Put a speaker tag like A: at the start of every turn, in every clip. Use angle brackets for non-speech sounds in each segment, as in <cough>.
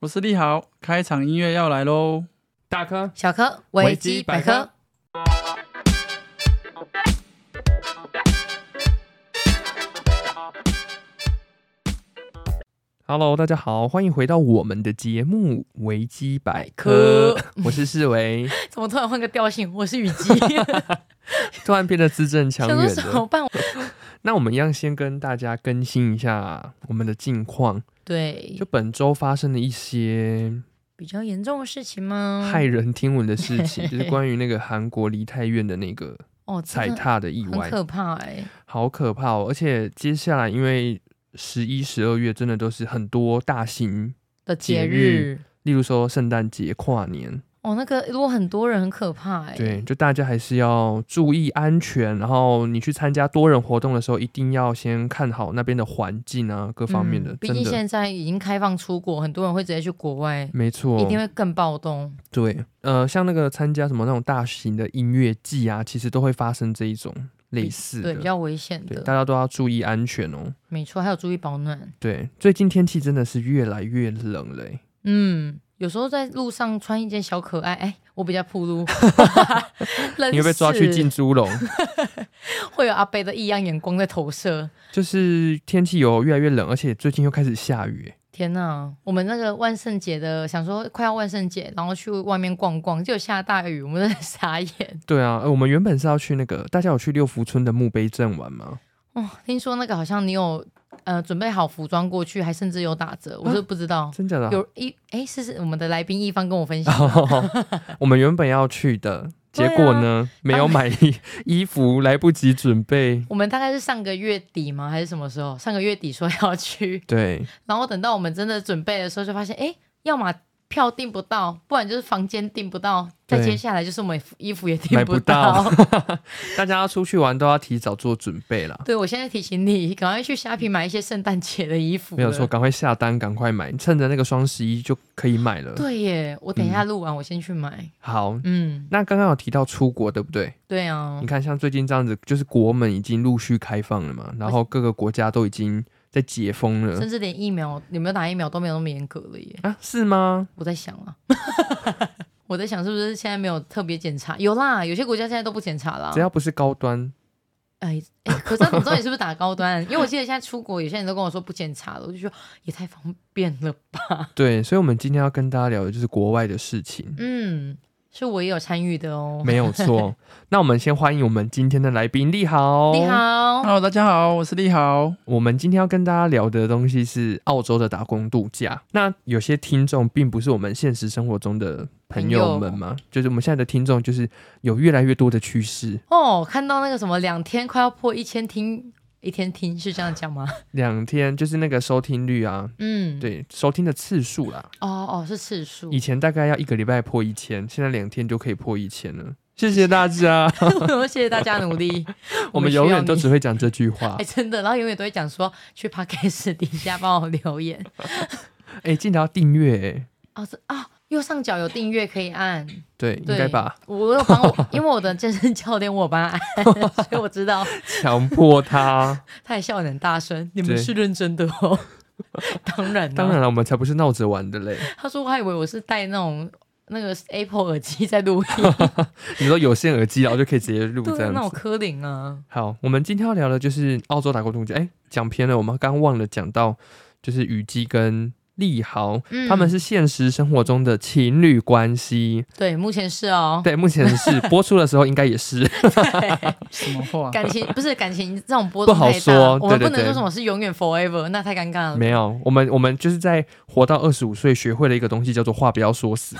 A: 我是立豪，开场音乐要来喽！
B: 大科
C: 小科维基百科，
B: Hello，大家好，欢迎回到我们的节目《维基百科》
C: 百，
B: 我是世
C: <laughs>
B: 维，
C: 怎么突然换个调性？我是雨
B: <laughs>
C: 姬，
B: 突然变得字正腔
C: 想说
B: 圆
C: 怎么
B: 的。
C: 办？
B: 那我们一样先跟大家更新一下我们的近况，
C: 对
B: 就，本周发生的一些
C: 比较严重的事情吗？
B: 骇人听闻的事
C: <laughs>
B: 情，就是关于那个韩国梨泰院的那个
C: 哦，
B: 踩
C: 真的
B: 踏的意
C: 很
B: 外，
C: 可怕哎、
B: 好可怕哦！而且接下来因为十一、十二月真的都是很多大型，
C: 的
B: 节
C: 节
B: 日
C: 日
B: 例如说圣诞节、跨年，
C: 哦，那个如果很多人很可怕哎、
B: 对，就大家还是要注意安全，然后你去参加多人活动的时候，一定要先看好那边的环境啊，各
C: 嗯，
B: 方面的，
C: 毕竟
B: 真的
C: 现在已经开放出国，很多人会直接去国外，
B: 没错，
C: 一定会更暴动。
B: 对，呃，像那个参加什么那种大型的音乐季啊，其实都会发生这一种类似的，
C: 对，比较危险
B: 对，
C: 的，
B: 大家都要注意安全哦。
C: 没错，还有注意保暖。
B: 对，最近天气真的是越来越冷了欸、
C: 嗯，有时候在路上穿一件小可爱，哎，我比较铺路， <laughs>
B: <laughs>
C: 冷
B: 你会被抓去
C: 死
B: 进猪笼。
C: 会有阿贝的异样眼光在投射。
B: 就是天气有越来越冷，而且最近又开始下雨欸，
C: 天呐，我们那个万圣节的，想说快要万圣节，然后去外面逛逛，就下大雨，我们真的傻眼。
B: 对啊，呃我们原本是要去那个，大家有去六福村的墓碑镇玩吗？
C: 哦，听说那个好像你有呃准备好服装过去，还甚至有打折，我是不知道。
B: 真假的啊、
C: 有一哎，是是我们的来宾一方跟我分
B: 啊
C: 享，
B: <laughs> 我们原本要去的，结
C: 对啊
B: 果呢，没有买衣服，来不及准备。
C: 我们大概是上个月底吗？还是什么时候？上个月底说要去， <laughs>
B: 对，
C: 然后等到我们真的准备的时候，就发现哎，要么票订不到，不然就是房间订不到，再
B: 对
C: 接下来就是我们衣服也订
B: 买不
C: 到
B: 到。大家要出去玩都要提早做准备啦。
C: 对，我现在提醒你，赶快去虾皮买一些圣诞节的衣服。
B: 没有错，。赶快下单，赶快买，趁着那个双十一就可以买了。
C: 对耶，我等一下
B: 嗯
C: 录完，我先去买。
B: 好，
C: 嗯，
B: 那刚刚有提到出国，对不对？
C: 对啊
B: 你，看，像最近这样子，就是国门已经陆续开放了嘛，
C: 哦
B: 然后各个国家都已经在解封了
C: 甚至连疫苗有没有打疫苗都没有那么严格了耶。
B: 啊？是吗？
C: 我在想啊， <laughs> 我在想是不是现在没有特别检查？有啦，有些国家现在都不检查啦
B: 只。要不是高端，
C: 哎哎，可是我不知道你是不是打高端，因为我记得现在出国有些人都跟我说不检查了，我就觉得也太方便了吧。
B: 对，所以我们今天要跟大家聊的就是国外的事情，
C: 嗯，是我也有参与的哦。
B: 没有错。
C: <laughs>
B: 那我们先欢迎我们今天的来宾立豪，
C: 你。好，
A: Hello，大家好，我是立豪。
B: 我们今天要跟大家聊的东西是澳洲的打工度假。那有些听众并不是我们现实生活中的朋友们嘛，就是我们现在的听众，就是有越来越多的趋势，
C: 哦，看到那个什么两天快要破一千听，一天听是这样讲吗？
B: 两天就是那个收听率啊，
C: <laughs> 嗯，，
B: 对，收听的次数啦，
C: 哦哦，是次数
B: 以。前大概要一个礼拜破一千，现在两天就可以破一千了。谢谢大 <laughs> 家，，
C: <laughs> 谢谢大家努 <laughs> 力
B: 我们
C: 需
B: 永
C: 要
B: 远都
C: 你
B: 只会讲这句话
C: <laughs> 哎、。真的，然后永远都会讲说去 podcast 底下帮我留言。
B: 哎、记得要订阅、哎，
C: <laughs> 哦，这啊、右上角有订阅可以按，
B: 对，应
C: 对
B: 该吧？
C: 我有帮 <laughs> 我，因为我的健身教练我有帮他 <laughs> 按，所以我知道
B: 强迫他，
C: 他也笑得很大声。你们
B: 对
C: 是认真的 <laughs> 哦，当
B: <laughs>
C: 然、啊
B: 当然，了，我们才不是闹着玩的嘞。
C: 他说我还以为我是戴那种那个 Apple 耳机在 <laughs> 录音，
B: 你说有线耳机，然后就可以直接录这
C: 对啊，
B: <laughs> 样
C: 啊那种
B: 子。
C: 柯林啊。
B: 好，我们今天要聊的就是澳洲打工度假。哎、讲偏了，我们刚忘了讲到，就是雨姬跟丽豪，
C: 嗯
B: 他们是现实生活中的情侣关系。
C: 对，目前是哦，
B: 对，目前 <laughs> 是播出的时候应该也是。
A: 什么话？
C: <laughs> 感情不是感情这种波动
B: 不好
C: 太大，
B: 说
C: 我
B: 对
C: 们
B: 对
C: 不能
B: 对
C: 说什么是永远 forever，那太尴尬了。
B: 没有，我们我们就是在活到二十五岁学会了一个东西，叫做话不要说
C: <laughs>
B: 死。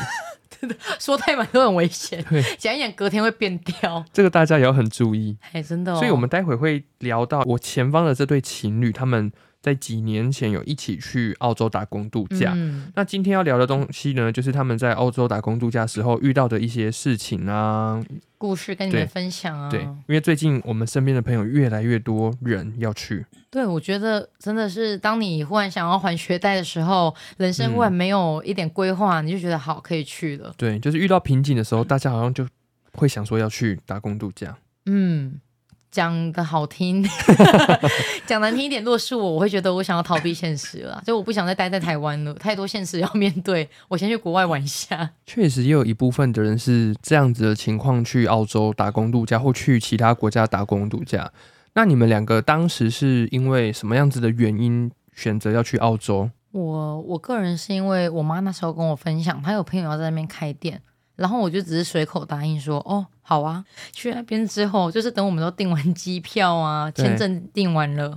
C: 说太满都很危险
B: 对，
C: 讲一讲隔天会变
B: <laughs>
C: 调。
B: 这个大家也要很注意。
C: 哎，真的、哦，
B: 所以，我们待会会聊到我前方的这对情侣，他们在几年前有一起去澳洲打工度假。
C: 嗯，
B: 那今天要聊的东西呢，就是他们在澳洲打工度假时候遇到的一些事情啊。
C: 故事跟你
B: 对
C: 们分享啊。
B: 对，因为最近我们身边的朋友越来越多人要去，
C: 对我觉得真的是，当你忽然想要还学贷的时候，人
B: 嗯
C: 生忽然没有一点规划，你就觉得好可以去了。
B: 对，就是遇到瓶颈的时候，大家好像就会想说要去打工度假。
C: 嗯，讲的好听， <laughs> 讲难听一点，若是我，我会觉得我想要逃避现实了，就我不想再待在台湾了，太多现实要面对，我先去国外玩一下。
B: 确实也有一部分的人是这样子的情况去澳洲打工度假，或去其他国家打工度假。那你们两个当时是因为什么样子的原因选择要去澳洲？
C: <laughs> 我我个人是因为我妈那时候跟我分享，她有朋友要在那边开店，然后我就只是随口答应说，哦，好啊。去那边之后，就是等我们都订完机票啊，
B: 对
C: 签证订完了，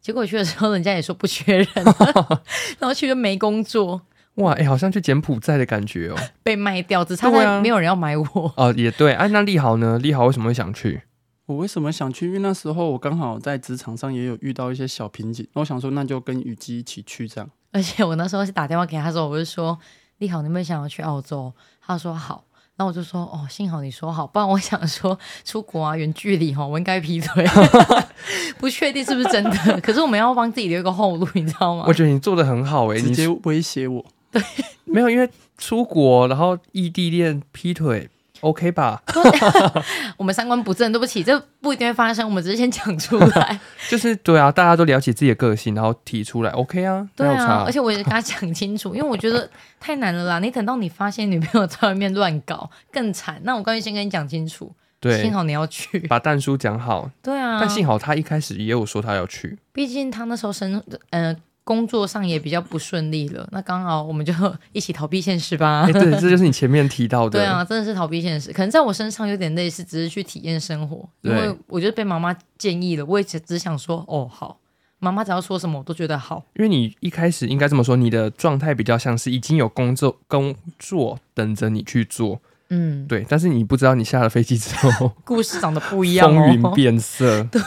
C: 结果去的时候人家也说不缺 <laughs> 人，然后去就没工作，
B: 哇，哎、好像去柬埔寨的感觉哦。
C: 被卖掉，只差
B: 对啊
C: 在没有人要买我。
B: 哦、也对。哎、那利豪呢？利豪为什么会想去？
A: 我为什么想去？因为那时候我刚好在职场上也有遇到一些小瓶颈，那我想说那就跟雨姬一起去这样。
C: <laughs> 而且我那时候是打电话给他的时候，我就说：“你好，你有没有想要去澳洲？”他说：“好。”然后我就说：“哦，幸好你说好，不然我想说出国啊，远距离哈、哦，我应该
B: <laughs>
C: 劈腿。不确定是不是真的， <laughs> 可是我们要帮自己留一个后路，你知道吗
B: 我？觉得你做的很好哎、
A: 直
B: 你
A: 接威胁我，
B: 没有因为出国，然后异地恋、劈腿，OK 吧？
C: 我们三观不正，对不起，这不一定会发生，我们只是先讲出来。
B: 就是对啊，大家都了解自己的个性，然后提出来，OK 啊，<laughs>
C: 对
B: 没有差
C: 啊，而且我也跟他讲清楚，因为我觉得太难了啦。你等到你发现女朋友在外面乱搞更惨，那我干脆先跟你讲清楚。幸
B: 对，
C: 好你要去。
B: 把蛋叔讲好。
C: 对啊，
B: 但幸好他一开始也有说他要去，
C: 毕竟他那时候生呃工作上也比较不顺利了，那刚好我们就一起逃避现实吧
B: 哎、。对，这就是你前面提到的，
C: 对啊，真的是逃避现实，可能在我身上有点类似，只是去体验生活，因
B: 对
C: 为我就被妈妈建议了，我也只只想说哦好，妈妈只要说什么我都觉得好，
B: 因为你一开始应该这么说，你的状态比较像是已经有工作工作等着你去做，
C: 嗯，
B: 对，但是你不知道你下了飞机之后
C: 故事长得不 <laughs> 一样哦，
B: 风云变色。
C: <laughs> 对，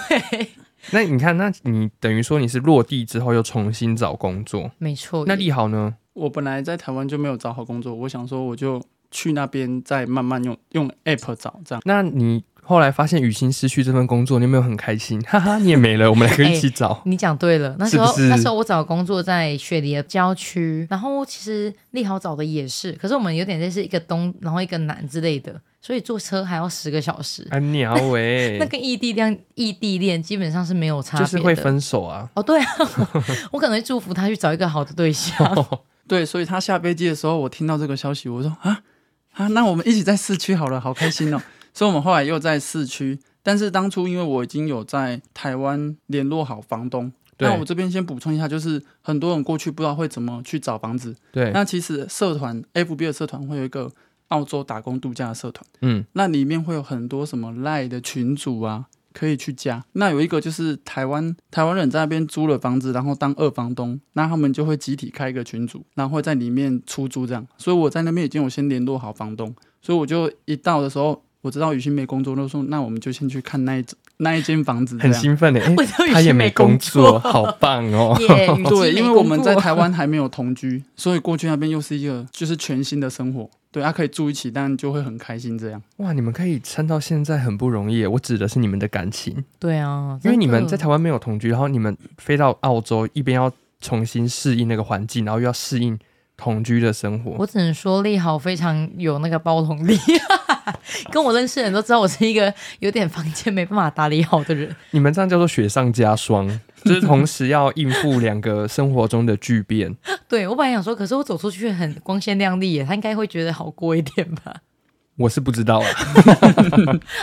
B: 那你看，那你等于说你是落地之后又重新找工作，
C: 没错，
B: 那利好呢？
A: 我本来在台湾就没有找好工作，我想说我就去那边再慢慢用用 app 找这样。
B: 那你后来发现雨欣失去这份工作，你有没有很开心？哈哈，你也没了，我们两个一起
C: <laughs>
B: 找。
C: 你讲对了，那时候
B: 是不是
C: 那时候我找工作在雪梨的郊区，然后其实利豪找的也是，可是我们有点类似一个东，然后一个南之类的，所以坐车还要十个小时。
B: 哎，鸟
C: <laughs> 那
B: 喂，
C: 跟异地恋异地恋基本上是没有差别
B: 就
C: 的。
B: 是会分手啊。
C: 哦，对啊，我我可能会祝福他去找一个好的对象。
B: 哦
A: 对，所以他下飞机的时候，我听到这个消息，我说啊啊，那我们一起在市区好了，好开心哦。 <laughs> 所以我们后来又在市区，但是当初因为我已经有在台湾联络好房东，
B: 对
A: 那我这边先补充一下，就是很多人过去不知道会怎么去找房子，
B: 对，
A: 那其实社团 FB 的社团会有一个澳洲打工度假的社团，
B: 嗯，
A: 那里面会有很多什么赖的群主啊，可以去加。那有一个就是台湾台湾人在那边租了房子，然后当二房东，那他们就会集体开一个群组，然后会在里面出租这样。所以我在那边已经有先联络好房东，所以我就一到的时候，我知道雨欣没工作，就说那我们就先去看那一那一间房子这
B: 很
A: 样。
B: 兴
C: <laughs>
B: 奋的，哎
C: 我知道雨欣
B: 他也没
C: 没
B: 工
C: 工
B: 作，
C: 作
B: 好棒
C: <laughs>
B: 哦。
C: 耶，
A: <laughs>
C: 雨季
A: 对，
C: 没
A: 因为我
C: 工
A: 们
C: 作
A: 在台湾还没有同居， <laughs> 所以过去那边又是一个就是全新的生活。对，他、可以住一起，但就会很开心这样。
B: 哇，你们可以撑到现在很不容易耶。我指的是你们的感情，
C: 对啊，
B: 因为
C: 真
B: 你们
C: 的
B: 在台湾没有同居，然后你们飞到澳洲，一边要重新适应那个环境，然后又要适应同居的生活。
C: 我只能说利豪非常有那个包容力， <laughs> 跟我认识的人都知道我是一个有点房间没办法打理好的人。
B: 你们这样叫做雪上加霜，
C: <laughs>
B: 就是同时要应付两个生活中的巨变。
C: 对我本来想说，可是我走出去很光鲜亮丽耶，他应该会觉得好过一点吧？ <laughs>
B: 我是不知道啊，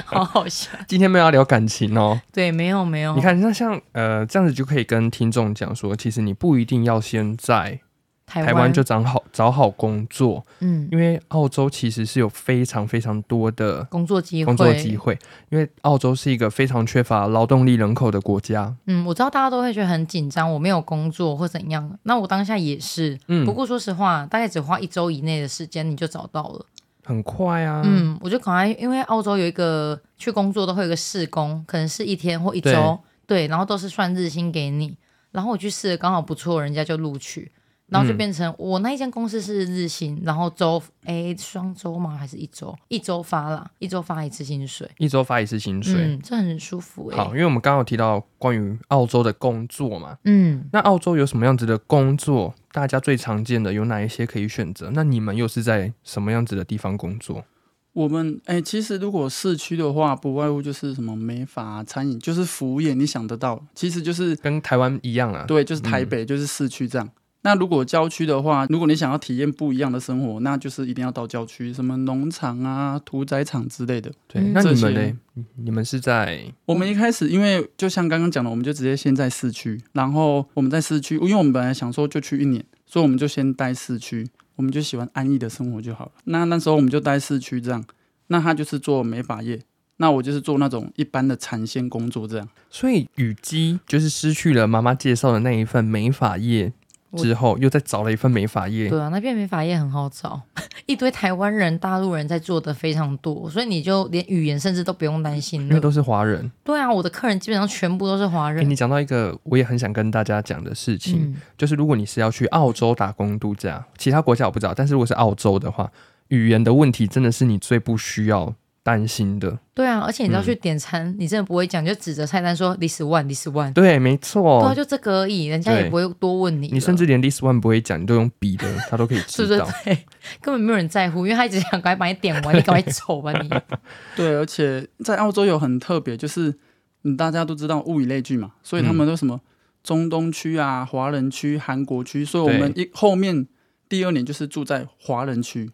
C: 好好笑。
B: 今天没有要聊感情哦。
C: 对，没有没有，
B: 你看，那像呃这样子就可以跟听众讲说，其实你不一定要先在
C: 台
B: 台湾就找好找好工作，
C: 嗯
B: 因为澳洲其实是有非常非常多的
C: 工作机会，
B: 工作机会，因为澳洲是一个非常缺乏劳动力人口的国家。
C: 嗯，我知道大家都会觉得很紧张，我没有工作或怎样。那我当下也是，
B: 嗯，
C: 不过说实话，大概只花一周以内的时间你就找到了。
B: 很快啊。
C: 嗯，我就赶快，因为澳洲有一个去工作都会有一个试工，可能是一天或一周，对，然后都是算日薪给你。然后我去试了，刚好不错，人家就录取，然后就
B: 嗯
C: 变成我那一间公司是日薪，然后周诶双周吗？还是一周？一周发啦，一周发一次薪水。
B: 一周发一次薪水。
C: 嗯，这很舒服诶、
B: 好，因为我们刚刚有提到关于澳洲的工作嘛，
C: 嗯，
B: 那澳洲有什么样子的工作？大家最常见的有哪一些可以选择？那你们又是在什么样子的地方工作？
A: 我们哎、其实如果市区的话，不外乎就是什么美发啊、餐饮，就是服务业，你想得到，其实就是
B: 跟台湾一样啊。
A: 对，就是台
C: 嗯
A: 北，就是市区这样。那如果郊区的话，如果你想要体验不一样的生活，那就是一定要到郊区，什么农场啊、屠宰场之类的。
B: 对，
C: 嗯
B: 那你
A: 这
B: 们
A: 些
B: 嘞？你你们是在
A: 我们一开始因为就像刚刚讲的，我们就直接先在市区，然后我们在市区，因为我们本来想说就去一年，所以我们就先待市区，我们就喜欢安逸的生活就好了。那那时候我们就待市区这样，那他就是做美发业，那我就是做那种一般的产线工作这样。
B: 所以雨姬就是失去了妈妈介绍的那一份美发业之后，又再找了一份美发业。
C: 对啊，那边美发业很好找， <laughs> 一堆台湾人、大陆人在做的非常多，所以你就连语言甚至都不用担心
B: 因为
C: 了。
B: 都是华人。
C: 对啊，我的客人基本上全部都是华
B: 哎、
C: 人。
B: 你讲到一个我也很想跟大家讲的事情，
C: 嗯，
B: 就是如果你是要去澳洲打工度假，其他国家我不知道，但是如果是澳洲的话，语言的问题真的是你最不需要担心的。
C: 对啊，而且你要
B: 嗯
C: 去点餐，你真的不会讲，就指着菜单说 this one this one，
B: 对，没
C: 对啊，
B: 错，
C: 就这个而已，人家也
B: 哦对
C: 不会多问你了。
B: 你甚至连 this one 不会讲，你都用笔的，他都可以
C: 是
B: 知
C: 不是
B: 道。
C: 对？ <laughs> 根本没有人在乎，因为他一直想赶快把你点完，你赶快走吧你。
A: 对，而且在澳洲有很特别，就是嗯，大家都知道物以类聚嘛，所以他们都什么中东区啊、华人区、韩国区，所以我们一后面第二年就是住在华人区，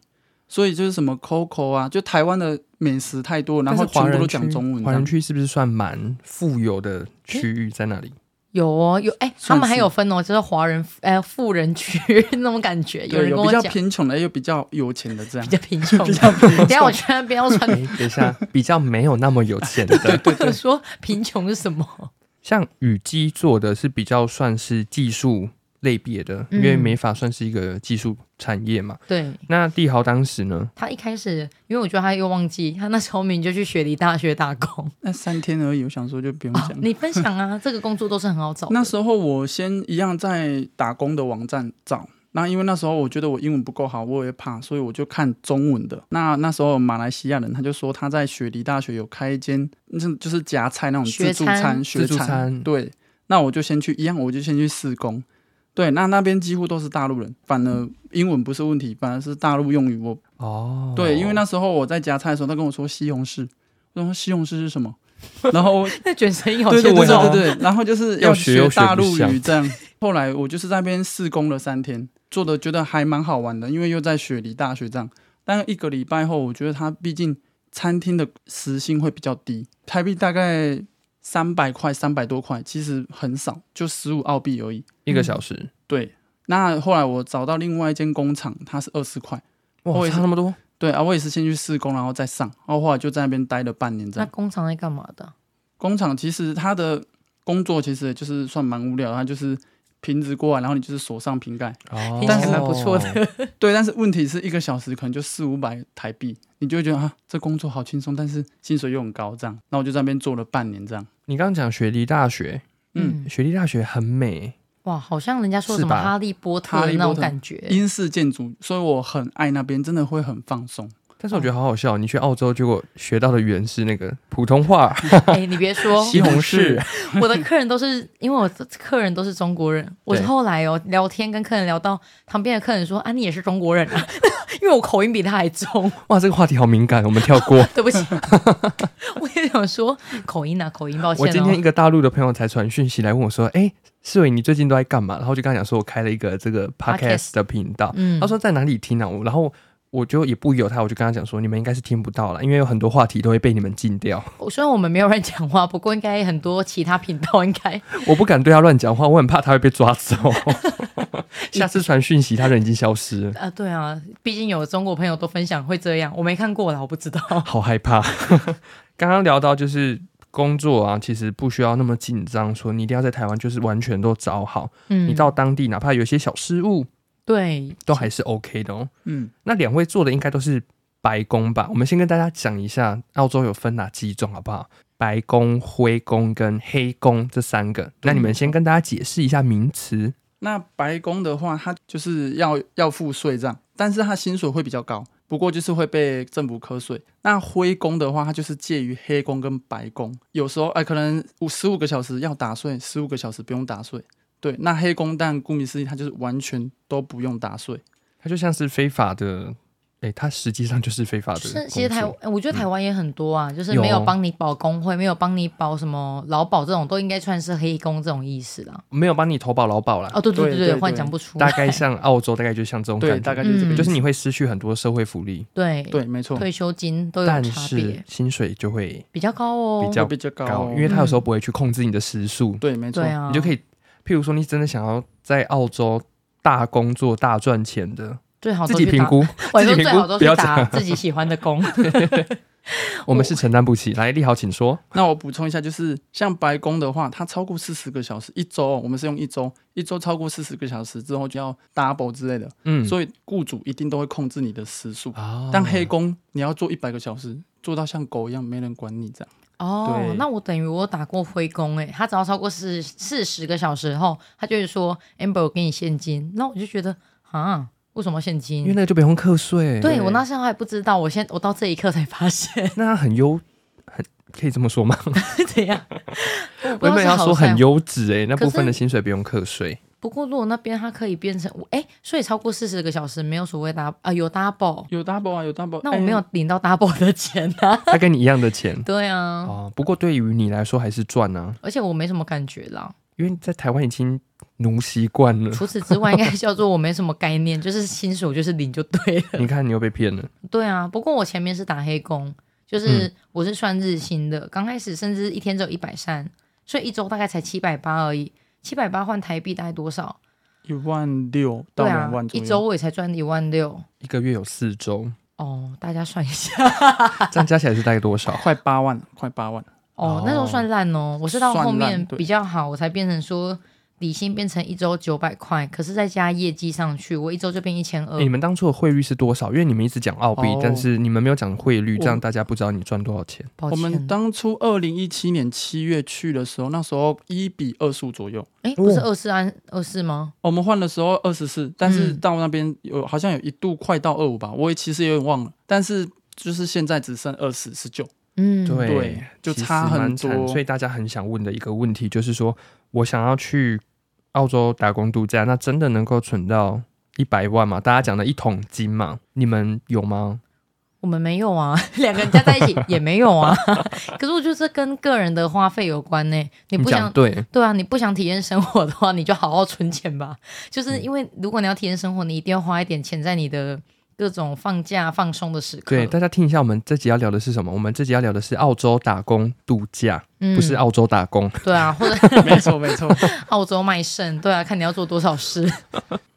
A: 所以就是什么 COCO 啊，就台湾的美食太多，然后
B: 但是
A: 全
B: 华
A: 部
B: 人
A: 都
B: 区
A: 讲中文这
B: 华人
A: 样。
B: 区是不是算蛮富有的区域在那里？
C: 有哦，有哎、他
A: 算
C: 们还
A: 是
C: 有分哦，就是华人呃富人区 <laughs> 那种感觉。有
A: 对，
C: 人跟
A: 有
C: 我
A: 比较
C: 讲
A: 贫穷的，也有比较有钱的，这样
C: 比。较贫穷，
A: 比较
C: 等一下我去那边要穿
B: 哎、等一下，比较没有那么有钱
C: <laughs>
B: 的，
C: 我说贫穷是什么？
B: 像雨姬做的是比较算是技术类别的，因为
C: 嗯
B: 美发算是一个技术产业嘛。
C: <laughs> 对
B: 那帝豪当时呢？
C: 他一开始，因为我觉得他又忘记，他那时候明明就去雪梨大学打 <laughs> 工。
A: 那三天而已，我想说就不用
C: 啊
A: 讲。
C: 你分享 <laughs> 啊，这个工作都是很好找的。
A: 那时候我先一样在打工的网站找，那因为那时候我觉得我英文不够好，我也怕，所以我就看中文的。那那时候马来西亚人他就说他在雪梨大学有开一间，那就是夹菜那种自助餐，
B: 学餐
A: 学
B: 自助餐
A: 对，那我就先去一样，我就先去试工。对，那那边几乎都是大陆人，反而英文不是问题，反而是大陆用语我
B: 哦，
A: 对，因为那时候我在夹菜的时候，他跟我说西红柿，我说西红柿是什么？ <laughs> 然后
C: <laughs> 那卷舌音好
A: 对对
C: 像
A: 对
C: 哦
A: 对对，对然后就是
B: 要学又
A: 学
B: 学
A: 大
B: 不
A: 陆
B: 像
A: 语这样。后来我就是在那边试工了三天，做的觉得还蛮好玩的，因为又在雪梨大学这样。但一个礼拜后，我觉得它毕竟餐厅的时薪会比较低，台币大概三百块、三百多块，其实很少，就十五澳币而已。
B: 一个小时，
A: 对，那后来我找到另外一间工厂，它是二十块。我
B: 哇，
A: 也是
B: 差那么多，
A: 对啊，我也是先去试工，然后再上，然后后来就在那边待了半年这
C: 那
A: 样。
C: 工厂在干嘛的？
A: 工厂其实它的工作其实也就是算蛮无聊的，它就是瓶子过来，然后你就是锁上瓶盖。
B: 哦
C: 听
A: 但是
C: 起来蛮不错的。
A: 对，但是问题是一个小时可能就四五百台币，你就会觉得啊，这工作好轻松，但是薪水又很高，这样。那我就在那边做了半年这样。
B: 你刚刚讲雪梨大学，
A: 嗯，
C: 嗯，
B: 雪梨大学很美，
C: 哇，好像人家说什
B: 是
C: 么
B: 吧
C: 哈利波特
A: 哈
C: 的
A: 利
C: 那
A: 波
C: 种
A: 特
C: 感 <laughs> 觉。
A: 英式建筑，所以我很爱那边，真的会很放松。
B: 但是我觉得好好笑。你去澳洲，结果学到的语言是那个普通话、
C: 哎，你别 <laughs> 说，
B: 西红柿，
C: 我的客人都是因为我的客人都是中国人，我是后来哦聊天跟客人聊到旁边的客人说啊你也是中国人啊， <laughs> 因为我口音比他还重，
B: 哇，这个话题好敏感，我们跳过。
C: <laughs> 对
B: <laughs>
C: 不起，我也想说口音啊口音，抱
B: 我
C: 歉
B: 今天
C: 哦
B: 一。个大陆的朋友才传讯息来问我说：“哎、世伟，你最近都在干嘛？”然后我就跟他讲说，我开了一个这个
C: Podcast
B: podcast 的频道。
C: 嗯
B: 他说在哪里听啊？我然后我就也不由他，我就跟他讲说，你们应该是听不到了，因为有很多话题都会被你们禁掉。 <laughs>
C: 虽然我们没有人讲话，不过应该很多其他频道应该 <laughs>
B: 我不敢对他乱讲话，我很怕他会被抓走。下次传讯息，他人已经消失了，
C: 啊对啊，毕竟有中国朋友都分享会这样，我没看过啦，我不知道。
B: 好害怕。 <laughs> 刚刚聊到就是工作啊，其实不需要那么紧张，说你一定要在台湾就是完全都找好，
C: 嗯
B: 你到当地哪怕有一些小失误，
C: 对
B: 都还是 OK 的哦。
A: 嗯，
B: 那两位做的应该都是白工吧？我们先跟大家讲一下，澳洲有分哪几种，好不好？白工、灰工跟黑工这三
C: 嗯
B: 个，那你们先跟大家解释一下名词。
A: 那白宫的话，它就是要要付税这样，但是它薪水会比较高，不过就是会被政府课税。那灰工的话，它就是介于黑工跟白工，有时候哎、呃可能五十五个小时要打税，十五个小时不用打税。对，那黑工但顾名思义，它就是完全都不用打税。
B: 它就像是非法的哎，它实际上就是非法的
C: 就
B: 工作。嗯
C: 是其实台，我觉得台湾也很多啊，就是
B: 有
C: 没有帮你保工会，没有帮你保什么劳保这种，都应该算是黑工这种意思啦。
B: 没有帮你投保劳保啦，
C: 哦，对对
A: 对
C: 对
A: 对
C: 对，
A: 对
C: 幻想不出
B: 大
C: 来，
B: 概像澳洲，大概就像这种
A: 对，
B: 感
A: 大概
B: 觉，
A: 就是这个意
C: 嗯
A: 思，
B: 就是你会失去很多社会福利，
C: 对，
A: 对，没错，
C: 退休金都有
B: 但
C: 差别
B: 是，薪水就会
C: 比较高哦，
B: 比较
A: 会比较高
B: 高
A: 哦，，
B: 因为他有时候不会去控制你的时速，
A: 对，没错
C: 对，啊，
B: 你就可
C: 以
B: 以，譬如说你真的想要在澳洲大工作大赚钱的，
C: 最好
B: 自
C: 都
B: 己
C: 去
B: 评
C: 打， <laughs>
B: 估，<laughs>
C: 我
B: 自己
C: 说
B: 评
C: 最
B: 估
C: 好都
B: 不
C: 去
B: 要
C: 打自己喜欢的
B: <laughs>
C: 工，
B: 我们是承担不起。来，立豪，请说。
A: 那我补充一下，就是像白宫的话，它超过四十个小时一周哦，我们是用一周，一周超过四十个小时之后就要 double 之类的，
B: 嗯，
A: 所以雇主一定都会控制你的时速。
B: 哦
A: 但黑工你要做一百个小时，做到像狗一样没人管你这样。
C: 哦
A: 对，
C: 那我等于我打过灰工哎、欸，他只要超过四四十个小时后，他就会说 Amber 我给你现金，那我就觉得啊，为什么要现金
B: 因为？那个就不用课税，
C: 对
A: 对
C: 我那时候还不知道，我现我到这一刻才发现 <laughs>
B: 那很优，很可以这么说吗？
C: 怎样。我不知
B: 原
C: 道
B: 本
C: 是
B: 要
C: 好
B: 说
C: 事还
B: 很优质哎，那
C: 可
B: 部分
C: 是
B: 的薪水不用课税，
C: 不过如果那边它可以变成哎、所以超过四十个小时没有所谓 double 啊，有 double，
A: 有 double 啊，有 double。
C: 那我没有领到 double 的钱啊。 <laughs>
B: 他跟你一样的钱
C: 对啊，
B: 哦。不过对于你来说还是赚啊，
C: 而且我没什么感觉啦。
B: 因为在台湾已经奴习惯
C: <laughs>
B: 了。
C: 除此之外，应该叫做我没什么概念， <laughs> 就是薪水我就是领就对了。
B: 你看，你又被骗了。
C: <laughs> 对啊，不过我前面是打黑工，就是我是算日薪的，刚开始甚至一天只有一百三，所以一周大概才七百八而已。七百八换台币大概多少？
A: 一万六到
C: 对啊
A: 两万，左
C: 一
A: 右。
C: 周我也才赚一万六。
B: 一个月有四周，
C: 哦，大家算一下。 <laughs>
B: 这样加起来是大概多少？
A: 快八万，快八万。
C: 哦
B: 哦，
C: 那时候算烂哦，我是到后
A: 算
C: 面
A: 烂对
C: 比较好，我才变成说底薪变成一周九百块，可是再加业绩上去，我一周就变一千二
B: 欸你。们当初的汇率是多少？因为你们一直讲澳币，
A: 嗯哦
B: 但是你们没有讲汇率，
A: 我
B: 这样大家不知道你赚多少钱。
C: 抱
A: 我们
C: 歉，
A: 当初二零一七年七月去的时候，那时候一比二数左右。
C: 哎，不是二四安二四吗？
A: 我们换的时候二十四，但是
C: 嗯
A: 到那边有好像有一度快到二五吧，我也其实有点忘了，但是就是现在只剩二十十九，
C: 嗯，
A: 对就差很
B: 其实蛮
A: 多
B: 惨所以 <laughs> 大家很想问的一个问题就是说，我想要去澳洲打工度假，那真的能够存到一百万吗？大家讲的一桶金嘛，你们有吗？
C: 我们没有啊， <laughs> 两个人加
B: <laughs>
C: 在一起也没有啊。 <laughs> 可是我觉得这跟个人的花费有关呢、你不
B: 讲
C: 想
B: 对，
C: 对啊，你不想体验生活的话，你就好好存钱吧。
B: 嗯
C: 就是因为如果你要体验生活，你一定要花一点钱在你的各种放假放松的时刻。
B: 对，大家听一下，我们这集要聊的是什么？我们这集要聊的是澳洲打工度假，不是
C: 嗯、
B: 澳洲打工。 <laughs>
C: 对啊，或者
A: <laughs>
C: <laughs>
A: 没错没错，
C: 澳洲卖肾，对啊，看你要做多
B: <laughs>
C: 少事。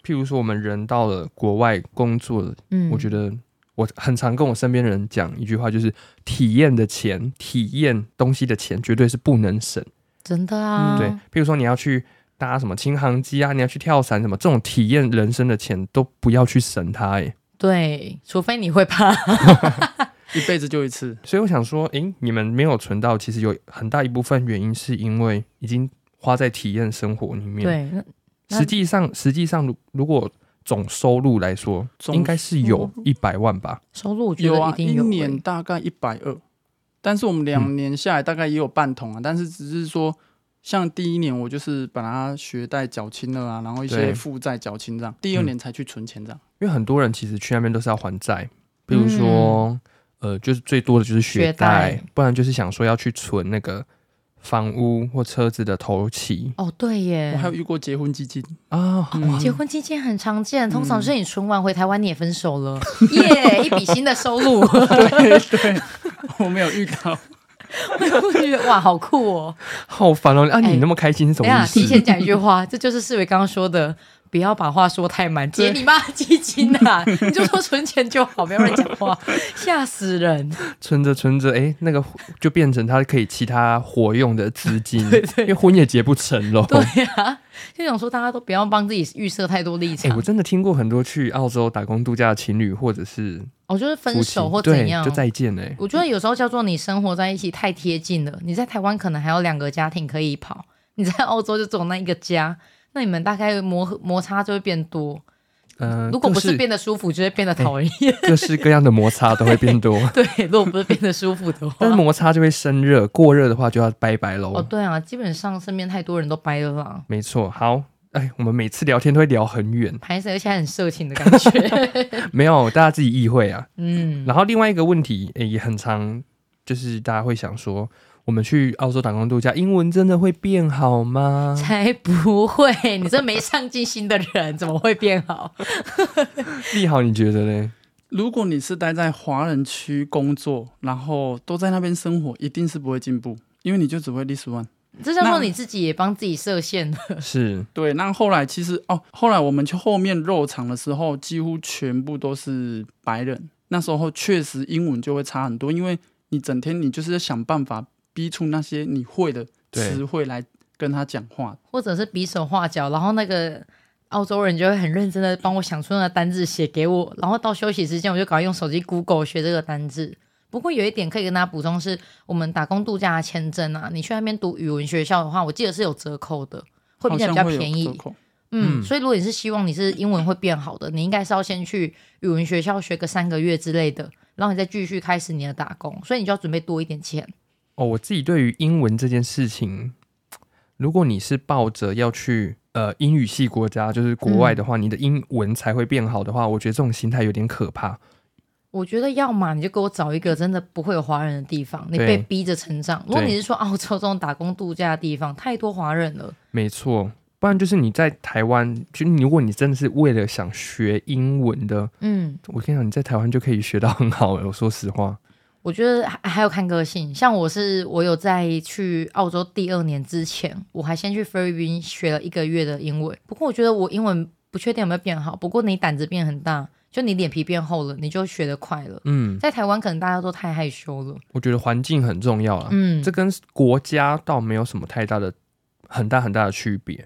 B: 譬如说，我们人到了国外工作了
C: 嗯，
B: 我觉得我很常跟我身边的人讲一句话，就是体验的钱，体验东西的钱绝对是不能省。
C: 真的啊，
B: 嗯对，譬如说你要去搭什么轻航机啊，你要去跳伞什么，这种体验人生的钱都不要去省它。哎，
C: 对，除非你会怕。
A: 一辈子就一次，
B: 所以我想说，诶，你们没有存到，其实有很大一部分原因是因为已经花在体验生活里面。
C: 对，那那
B: 实际上，实际上如如果总收入来说，
A: 总
B: 应该是有一百万吧。
C: 收入我觉
A: 有
C: 得一
A: 啊，
C: 定
A: 一
C: 有欸、
A: 年大概一百二，但是我们两年下来大概也有半桶啊，但是只是说。像第一年我就是把它学贷缴清了啊，然后一些
B: 对
A: 负债缴清这样，第二年才去存钱这样。
B: 因为很多人其实去那边都是要还债，比如说、呃，就是最多的就是学
C: 嗯学贷
B: 贷，不然就是想说要去存那个房屋或车子的头期
C: 哦，对耶，
A: 我还有遇过结婚基
C: <laughs>
A: 金，
C: 哦
B: 啊。
A: 嗯
C: 结婚基金很常见，
B: 嗯
C: 通常是你存完回台湾你也分手
B: <laughs>
C: 了，耶，一笔新的收入， <laughs>
A: 我没有遇到，
C: 我觉得哇，好酷哦！
B: 好烦哦！啊，
C: 哎
B: 你那么开心是什
C: 等一
B: 么
C: 下
B: 意思？
C: 提前讲一句话，这就是世伟刚刚说的，不要把话说太满，结你妈基金
B: <laughs>
C: 啊，你就说存钱就好，不要乱讲话，吓死人！
B: 存着存着，哎、那个就变成他可以其他活用的资金，
C: <laughs> 对对
B: 因为婚也结不成喽。
C: 对啊，就想说大家都不要帮自己预设太多立
B: 哎、
C: 场
B: 我，真的听过很多去澳洲打工度假的情侣，或者是
C: 我哦就是分
B: 夫妻
C: 手或
B: 对
C: 怎样
B: 就。再见哎、
C: 我觉得有时候叫做你生活在一起太贴近了，你在台湾可能还有两个家庭可以跑，你在澳洲就只有那一个家， <laughs> 那你们大概磨合摩擦就会变多。
B: 嗯、
C: 如果不
B: 各
C: 是
B: 式
C: 变得舒服，就会变得讨人
B: <laughs>
C: 厌。
B: 各式各样的摩擦都会变多，
C: 对，如果不是变得舒服的话
B: 但，是摩擦就会生
C: 哦
B: 热，过热的话就要拜拜喽。
C: 哦，对啊，基本上身边太多人都掰了啦。
B: 没错，好，哎，我们每次聊天都会聊很远，
C: 拍摄而且还很色情的感
B: <laughs>
C: 觉。
B: 没有大家自己意会啊。
C: 嗯，
B: 然后另外一个问题，哎诶也很常，就是大家会想说，我们去澳洲打工度假，英文真的会变好
C: <laughs>
B: 吗？
C: 才不会，你这没上进心的人怎么会变好？
B: 利好，你觉得呢？
A: 如果你是待在华人区工作，然后都在那边生活，一定是不会进步，因为你就只会 this one。
C: 这叫做
A: 那
C: 你自己也帮自己设限了。
B: 是
A: 对，那后来其实哦，后来我们去后面肉场的时候，几乎全部都是白人。那时候确实英文就会差很多，因为你整天你就是在想办法逼出那些你会的
B: 对
A: 词汇来跟他讲话。
C: 或者是比手画脚，然后那个澳洲人就会很认真的帮我想出那个单字写给我，然后到休息时间我就赶快用手机 Google 学这个单字。不过有一点可以跟大家补充是，我们打工度假的签证啊，你去那边读语文学校的话，我记得是有折扣的，会比
A: 好
C: 较
A: 像
C: 比较
A: 会有
C: 便宜
A: 折。扣
C: 嗯，
B: 嗯
C: 所以如果你是希望你是英文会变好的，你应该是要先去语文学校学个三个月之类的，然后你再继续开始你的打工，所以你就要准备多一点钱。
B: 哦，我自己对于英文这件事情，如果你是抱着要去呃英语系国家，就是国外的话，你的英文才会变好的话，我觉得这种心态有点可怕。
C: 我觉得要嘛，你就给我找一个真的不会有华人的地方，你
B: 对
C: 被逼着成长。如果
B: 对
C: 你是说澳洲这种打工度假的地方，太多华人了，
B: 没错，不然就是你在台湾，就如果你真的是为了想学英文的，
C: 嗯，
B: 我跟你讲，你在台湾就可以学到很好了。我说实话，
C: 我觉得还还有看个性。像我是，我有在去澳洲第二年之前，我还先去菲律宾学了一个月的英文。不过我觉得我英文不确定有没有变好，不过你胆子变很大，就你脸皮变厚了，你就学得快了。
B: 嗯，
C: 在台湾可能大家都太害羞了，
B: 我觉得环境很重要啦。啊
C: 嗯，
B: 这跟国家倒没有什么太大的、很大很大的区别。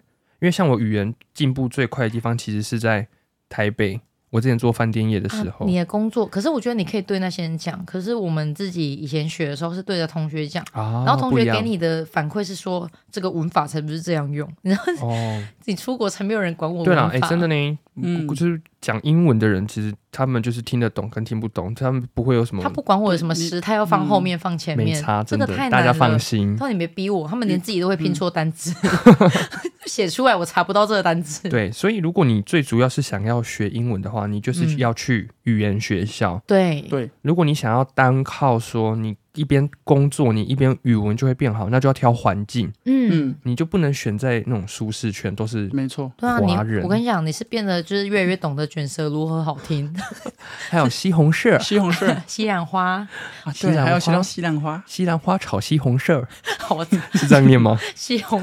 B: 因为像我语言进步最快的地方，其实是在台北。我之前做饭店业的时候
C: 啊，你的工作，可是我觉得你可以对那些人讲，可是我们自己以前学的时候是对着同学讲，
B: 啊，
C: 然后同
B: 不一
C: 学
B: 样
C: 给你的反馈是说这个文法才不是这样
B: <laughs>
C: 用，然后
B: 哦，
C: 你出国才没有人 <laughs> 管我
B: 对
C: 文
B: 了，
C: 法。
B: 哎、真的呢，
A: 嗯
B: 就是讲英文的人，其实他们就是听得懂跟听不懂，他们不会有什么
C: 他不管我有
A: 对
C: 什么
A: 你
C: 时态要放后面放前
B: 嗯没
C: 面
B: 差，，
C: 这
B: 真
C: 个
B: 的，
C: 太
B: 大
C: 难
B: 家放
C: 了。
B: 心。
C: 他说你别逼我，他们连自己都会拼错单词，
B: 嗯
C: <laughs> 写出来我查不到这个单词。
B: 对，所以如果你最主要是想要学英文的话，你就是
A: 嗯
B: 要去语言学校。
C: 对
A: 对
B: 如果你想要单靠说你一边工作，你一边语文就会变好，那就要挑环境，
C: 嗯，
A: 嗯，
B: 你就不能选在那种舒适圈，都是
A: 没错。
C: 对啊，你
B: 华人
C: 我跟你讲，你是变得就是越来越懂得卷舌如何好听， <laughs>
B: 还有西红柿、
A: 西红柿
C: 西兰花，
A: 啊，
B: 西
A: 对，
B: 兰
A: 还有
B: 花
A: 写到西兰
C: <laughs>
A: 花，
B: 西兰花炒西红柿，
C: 好
B: 是这样念
C: <laughs>
B: 吗？
C: 西红，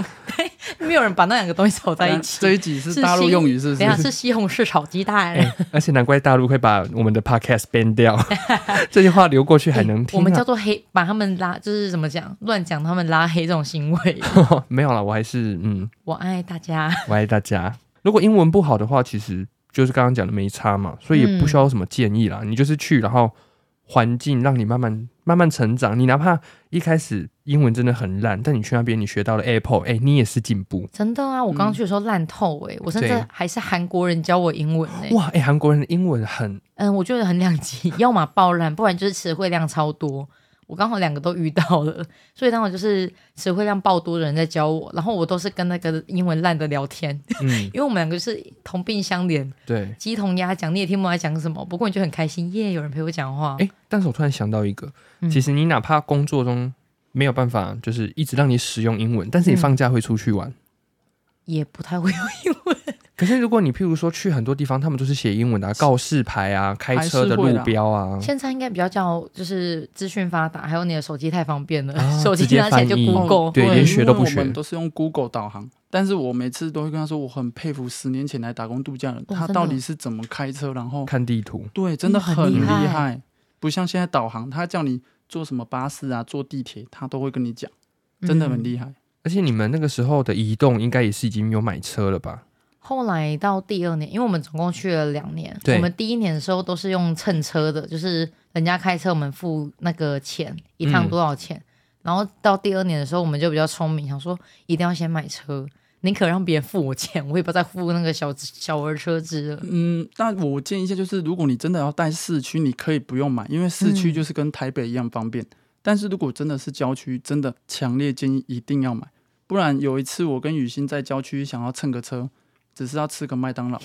C: 没有人把那两个东西炒在
B: <laughs>
C: 一起。
A: 啊这一集是
C: 是
A: 大陆
C: 西
A: 用语，是不
C: 等一下
A: 是？
C: 是西红柿炒鸡蛋，
B: 哎而且难怪大陆会把我们的 podcast ban
C: <laughs>
B: 掉，这句话流过去还能听、啊
C: 我们叫做黑，把他们拉，就是怎么讲，乱讲他们拉黑这种
B: <laughs>
C: 行为。
B: 没有啦，我还是嗯，
C: 我爱大家，
B: 我爱大家。如果英文不好的话，其实就是刚刚讲的没差嘛，所以也
C: 嗯
B: 不需要有什么建议啦。你就是去，然后环境让你慢慢慢慢成长。你哪怕一开始英文真的很烂，但你去那边你学到了 Apple，哎、你也是进步。
C: 真的啊！我刚去的时候烂透哎、我甚至
B: 对
C: 还是韩国人教我英文哎、
B: 哇，哎、韩国人的英文很
C: 嗯，我觉得很两极，要么爆烂，不然就是词汇量超多。我刚好两个都遇到了，所以当我就是词汇量爆多的人在教我，然后我都是跟那个英文烂的聊天，
B: 嗯，
C: <laughs> 因为我们两个是同病相怜，
B: 对。
C: 鸡同鸭讲，你也听不懂他讲什么，不过你就很开心耶，有人陪我讲话。
B: 哎、但是我突然想到一个，
C: 嗯
B: 其实你哪怕工作中没有办法，就是一直让你使用英文，但是你
C: 嗯
B: 放假会出去玩。
C: 也不太
B: 哦
C: 会用英文。
B: 可是如果你譬如说去很多地方，他们都是写英文的、啊，告示牌啊，开车的路标啊，
C: 现在应该比较叫就是资讯发达，还有你的手机太方便了，
B: 啊
C: <laughs> 手机拿起来就
B: 直接翻译
C: Google。嗯
B: 对连学都不
A: 哦因为我
B: 学
A: 们都是用 Google 导航，但是我每次都会跟他说，我很佩服十年前来打工度假的人，
C: 哦
A: 他
C: 真的
A: 到底是怎么开车，然后
B: 看地图。
A: 对，真的
C: 嗯很
A: 很
C: 厉
A: 厉
C: 害
A: 害，不像现在导航，他叫你坐什么巴士啊，坐地铁，他都会跟你讲，真的很
C: 害。
A: 厉害。
B: 而且你们那个时候的移动应该也是已经有买车了吧？
C: 后来到第二年，因为我们总共去了两年，
B: 对
C: 我们第一年的时候都是用蹭车的，就是人家开车我们付那个钱，一趟
B: 嗯
C: 多少钱。然后到第二年的时候，我们就比较聪明，想说一定要先买车，宁可让别人付我钱，我也不要再付那个小小儿车资 <laughs> 了。
A: 嗯，那我建议一下，就是如果你真的要带市区，你可以不用买，因为市区
C: 嗯
A: 就是跟台北一样方便。但是如果真的是郊区，真的强烈建议一定要买，不然有一次我跟雨欣在郊区想要蹭个车，只是要吃个麦当
C: <laughs>
A: 劳，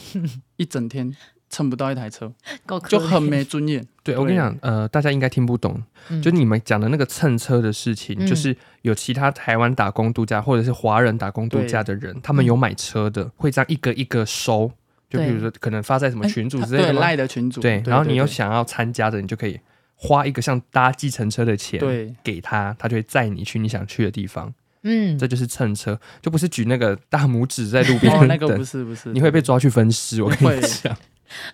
A: 一整天蹭不到一台车，
C: 够可
A: 就很
C: 怜
A: 没尊严。
B: 对，我跟你
A: 对
B: 讲，呃，大家应该听不懂，
C: 嗯
B: 就你们讲的那个蹭车的事情，
C: 嗯
B: 就是有其他台湾打工度假或者是华人打工度假的人，他们有买车的，会这样一个一个收，就比
C: 对
B: 如说可能发在什么群组之类
A: 对
B: 的吗，
A: 赖的群主，
B: 对，然后你又
A: 有
B: 想要参加的，你就可以花一个像搭计程车的钱，
A: 对
B: 给他，他就会载你去你想去的地方，
C: 嗯
B: 这就是蹭车，就不是举那个大拇指在路边
A: 哦
B: 等， <laughs>
A: 那个不是不是，
B: 你会被抓去分尸，我跟
A: 会
B: 你讲。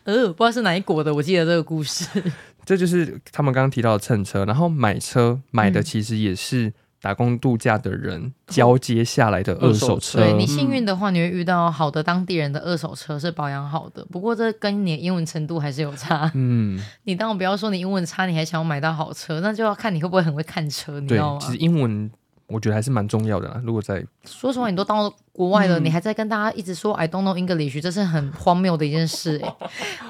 C: 呃，不知道是哪一国的，我记得这个故事。
B: <laughs> 这就是他们刚刚提到的蹭车，然后买车买的其实也是打工度假的人交接下来的二手车，
C: 对你幸运的话，你会遇到好的当地人的二手车是保养好的，不过这跟你的英文程度还是有差。
B: 嗯，
C: 你当然不要说你英文差，你还想要买到好车，那就要看你会不会很会看车，你知
B: 对
C: 啊道，
B: 其
C: 吗
B: 实？英文我觉得还是蛮重要的啦。如果在
C: 说实话，你都到国外了，
A: 嗯
C: 你还在跟大家一直说 I don't know English，这是很荒谬的一件事、欸。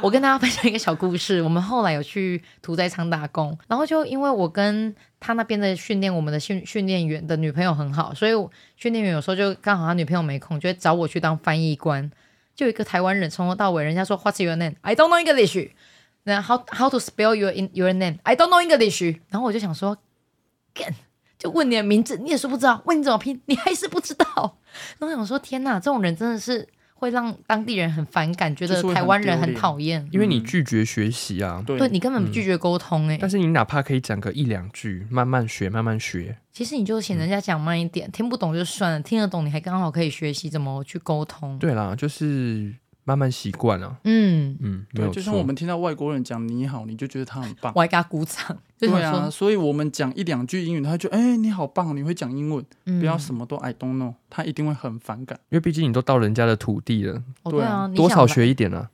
C: 我跟大家分享一个小故事，我们后来有去屠宰场打工，然后就因为我跟他那边的训练，我们的训训练员的女朋友很好，所以我训练员有时候就刚好他女朋友没空，就会找我去当翻译官。就有一个台湾人从头到尾，人家说 What's your name? I don't know English. 那 How how to spell your in your name? I don't know English. 然后我就想说，干，就问你的名字，你也说不知道，问你怎么拼，你还是不知道。 <laughs> 然后我想说，天哪，这种人真的是会让当地人很反感，觉
A: 就是
C: 得
A: 会很
C: 台湾人
A: 丢
C: 很
A: 脸
C: 讨厌。
B: 因为你拒绝学习啊，
A: 对
C: 对你根本拒绝沟通哎、
B: 但是你哪怕可以讲个一两句，慢慢学，慢慢学，
C: 其实你就请人家讲慢一点，听不懂就算了，听得懂你还刚好可以学习怎么去沟通。
B: 对啦，就是慢慢习惯了。
C: 嗯，
B: 嗯，没
A: 对，
B: 有
A: 就像我
B: 错。
A: 们听到外国人讲你好，你就觉得他很棒
C: 我。还给他鼓掌，就想
A: 对
C: 说，
A: 啊，所以我们讲一两句英语，他就哎、你好棒，你会讲英文，
C: 嗯
A: 不要什么都 I don't know，他一定会很反
C: <laughs>
A: 感。
B: 因为毕竟你都到人家的土地了，
C: 哦
A: 对
C: 对
A: 啊
C: 啊，你
B: 多
C: 想
B: 少
C: 吧
B: 学一点啊，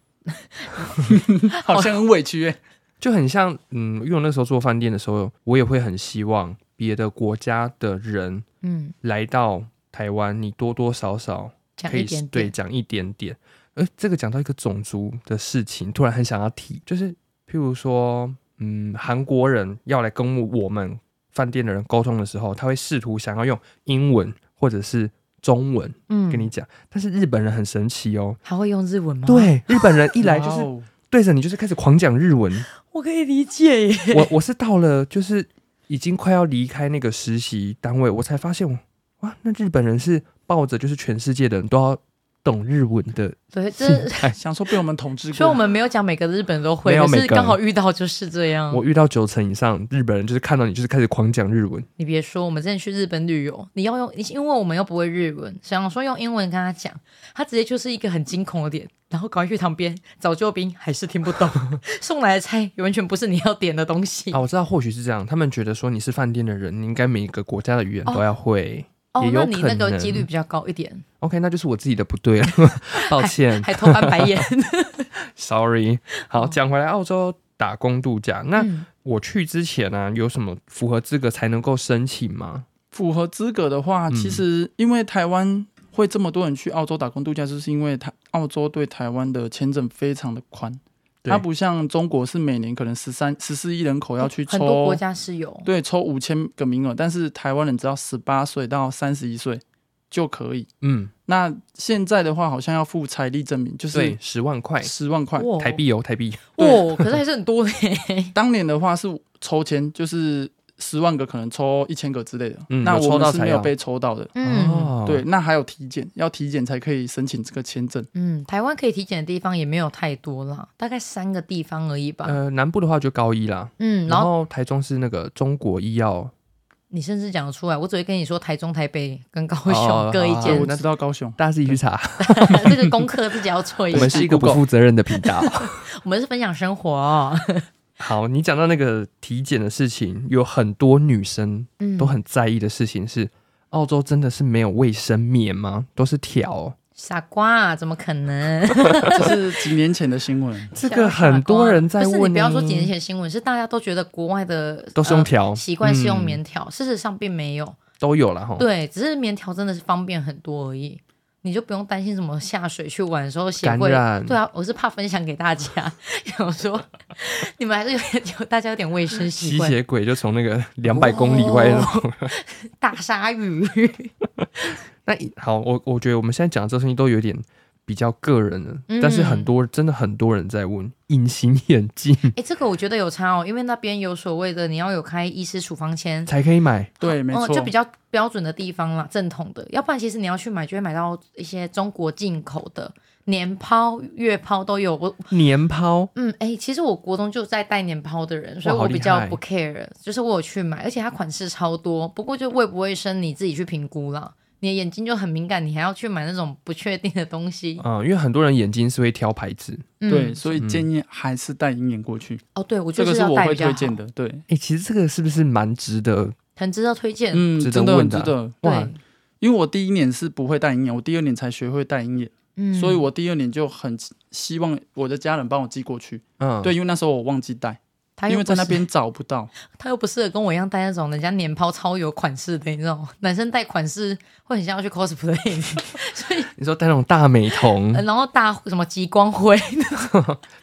A: 好像很委屈哎、
B: 就很像，嗯，因为我那时候做饭店的时候，我也会很希望别的国家的人
C: 嗯，
B: 来到台湾，你多多少少
C: 讲
B: 可以
C: 一点
B: 对
C: 点，
B: 讲一点点。而这个讲到一个种族的事情，突然很想要提，就是譬如说，嗯，韩国人要来跟我们饭店的人沟通的时候，他会试图想要用英文或者是中文
C: 嗯，
B: 跟你讲，但是日本人很神奇哦，
C: 还会用日文吗？，
B: 对，日本人一来就
A: 哇
B: 是
A: 哦
B: 对着你就是开始狂讲日文。
C: <laughs> 我可以理解耶。 <laughs>
B: 我我是到了就是已经快要离开那个实习单位，我才发现我哇，那日本人是抱着就是全世界的人都要懂日文的
C: 对，
B: 心
C: 这
B: 态。
A: 想说被我们统治过，
C: 所以我们没有讲每个日本人都会，
B: 没有
C: 可
B: 每
C: 是
B: 个
C: 刚好遇到就是这样。
B: 我遇到九成以上日本人，就是看到你就是开始狂讲日文，
C: 你别说，我们之前去日本旅游，你要用，因为我们又不会日文，想说用英文跟他讲，他直接就是一个很惊恐的脸，然后赶快去旁边找救兵，还是听不
B: <laughs>
C: 懂，送来的菜完全不是你要点的东西。
B: 啊，我知道或许是这样，他们觉得说你是饭店的人，你应该每个国家的语言都要会。
C: 哦
B: 也，有
C: 那你那
B: 可
C: 个
B: 能
C: 几率比较高一点，
B: OK，那就是我自己的不
C: <laughs>
B: 对了，抱歉
C: 还偷翻白
B: <laughs>
C: 眼。
B: ，sorry。好，
C: 哦
B: 讲回来澳洲打工度假，那
C: 嗯
B: 我去之前呢、有什么符合资格才能够申请吗？
A: 符合资格的话，
B: 嗯
A: 其实因为台湾会这么多人去澳洲打工度假，就是因为台澳洲对台湾的签证非常的宽，
B: 对
A: 它不像中国是每年可能十三、十四亿人口要去
C: 哦很多
A: 抽
C: 国，家是有，
A: 对，抽五千个名额，但是台湾人只要十八岁到三十一岁就可以。
B: 嗯，
A: 那现在的话，好像要付财力证明，就是
B: 对，十万块
A: 十万块。
C: 哇
B: 台币哦，台币。
C: 哦，可是还是
B: <laughs>
C: 很多嘞。
A: 当年的话是抽签，就是十万个可能抽一千个之类的，
B: 嗯
A: 那
B: 有抽
A: 我
B: 到
A: 们是
B: 才
A: 没有
B: 要
A: 被抽到的。
C: 嗯
B: 哦
A: 对，，那还有体检，要体检才可以申请这个签证。
C: 嗯，台湾可以体检的地方也没有太多啦，大概三个地方而已吧。
B: 呃，南部的话就高一啦，
C: 嗯，然
B: 然
C: 后
B: 后台中是那个中国医药，
C: 你甚至讲得出来，我只会跟你说台中、台北跟高
B: 哦
C: 雄各一
B: 啊
A: 对，
C: 间
A: 我
C: <laughs>
B: 那，
A: 知道高雄，
B: 大家自己去查。
C: 这个功课自己要做一
B: 我
C: 下
B: 们。是一个不
A: Google
B: 负责任的频道。
C: 我们是分享生活哦、
B: 好，你讲到那个体检的事情，有很多女生
C: 嗯
B: 都很在意的事情是，澳洲真的是没有卫生棉吗？都是条哦、。
C: 傻瓜、啊，怎么可
A: <laughs>
C: 能？
A: 这是几年前的新闻
B: 这个很多人在
C: 啊不是
B: 问、
C: 你不要说几年，前新闻，是大家都觉得国外的
B: 都是用条
C: 呃习惯是用
B: 嗯
C: 棉条，事实上并没有。
B: 都有了哈。
C: 对，只是棉条真的是方便很多而已，你就不用担心什么下水去玩的时候鞋
B: 感
C: 会。
B: 染
C: 对啊，我是怕分享给大家， <laughs> 想说你们还是有点有大家有点卫生习
B: 吸
C: 惯。
B: 血鬼就从那个两百公里外
C: 哦
B: 那种。
C: 大鲨鱼， <laughs>
B: 那好，我我觉得我们现在讲的这个东西都有点比较个人的，
C: 嗯
B: 但是很多真的很多人在问隐形眼镜
C: 哎，这个我觉得有差哦，因为那边有所谓的你要有开医师处方签，
B: 才可
A: <laughs>
B: 以买。
A: 对，没
C: 哦，
A: 错，
C: 就比较标准的地方啦，正统的。要不然其实你要去买，就会买到一些中国进口的，年抛、月抛都有。我
B: 年抛
C: 嗯，哎、其实我国中就在带年抛的人，所以
B: 哇好
C: 我
B: 厉
C: 比较
B: 害
C: 不 care，就是我有去买，而且它款式超多。不过就卫不卫生你自己去评估啦。你的眼睛就很敏感，你还要去买那种不确定的东西。
B: 啊、因为很多人眼睛是会挑牌子。
C: 嗯、
A: 对，，所以建议还是戴隐眼过去，
C: 哦，对，我
A: 这
C: 觉得
A: 个是
C: 要
A: 我
C: 戴
A: 会
C: 比较
A: 推
C: 好，
A: 荐的。对，
B: 哎、其实这个是不是蛮值得？
C: 很值得推荐。
A: 嗯，
B: 值得
A: 真的很
B: 问的
A: 值
B: 啊
A: 得。
B: 哇
C: 对，
A: 因为我第一年是不会戴银眼，我第二年才学会戴银眼，
C: 嗯，
A: 所以我第二年就很希望我的家人帮我寄过去。
B: 嗯，
A: 对，因为那时候我忘记带，
C: 他又
A: 因为
C: 不
A: 在那
C: 是
A: 边找不到。
C: 他又不适合跟我一样戴那种人家年抛超有款式的，你知道吗？男生戴款式会很像要去
A: <laughs>
C: cosplay，、
B: 你说戴那种大美瞳、
C: 呃然后大什么极光灰，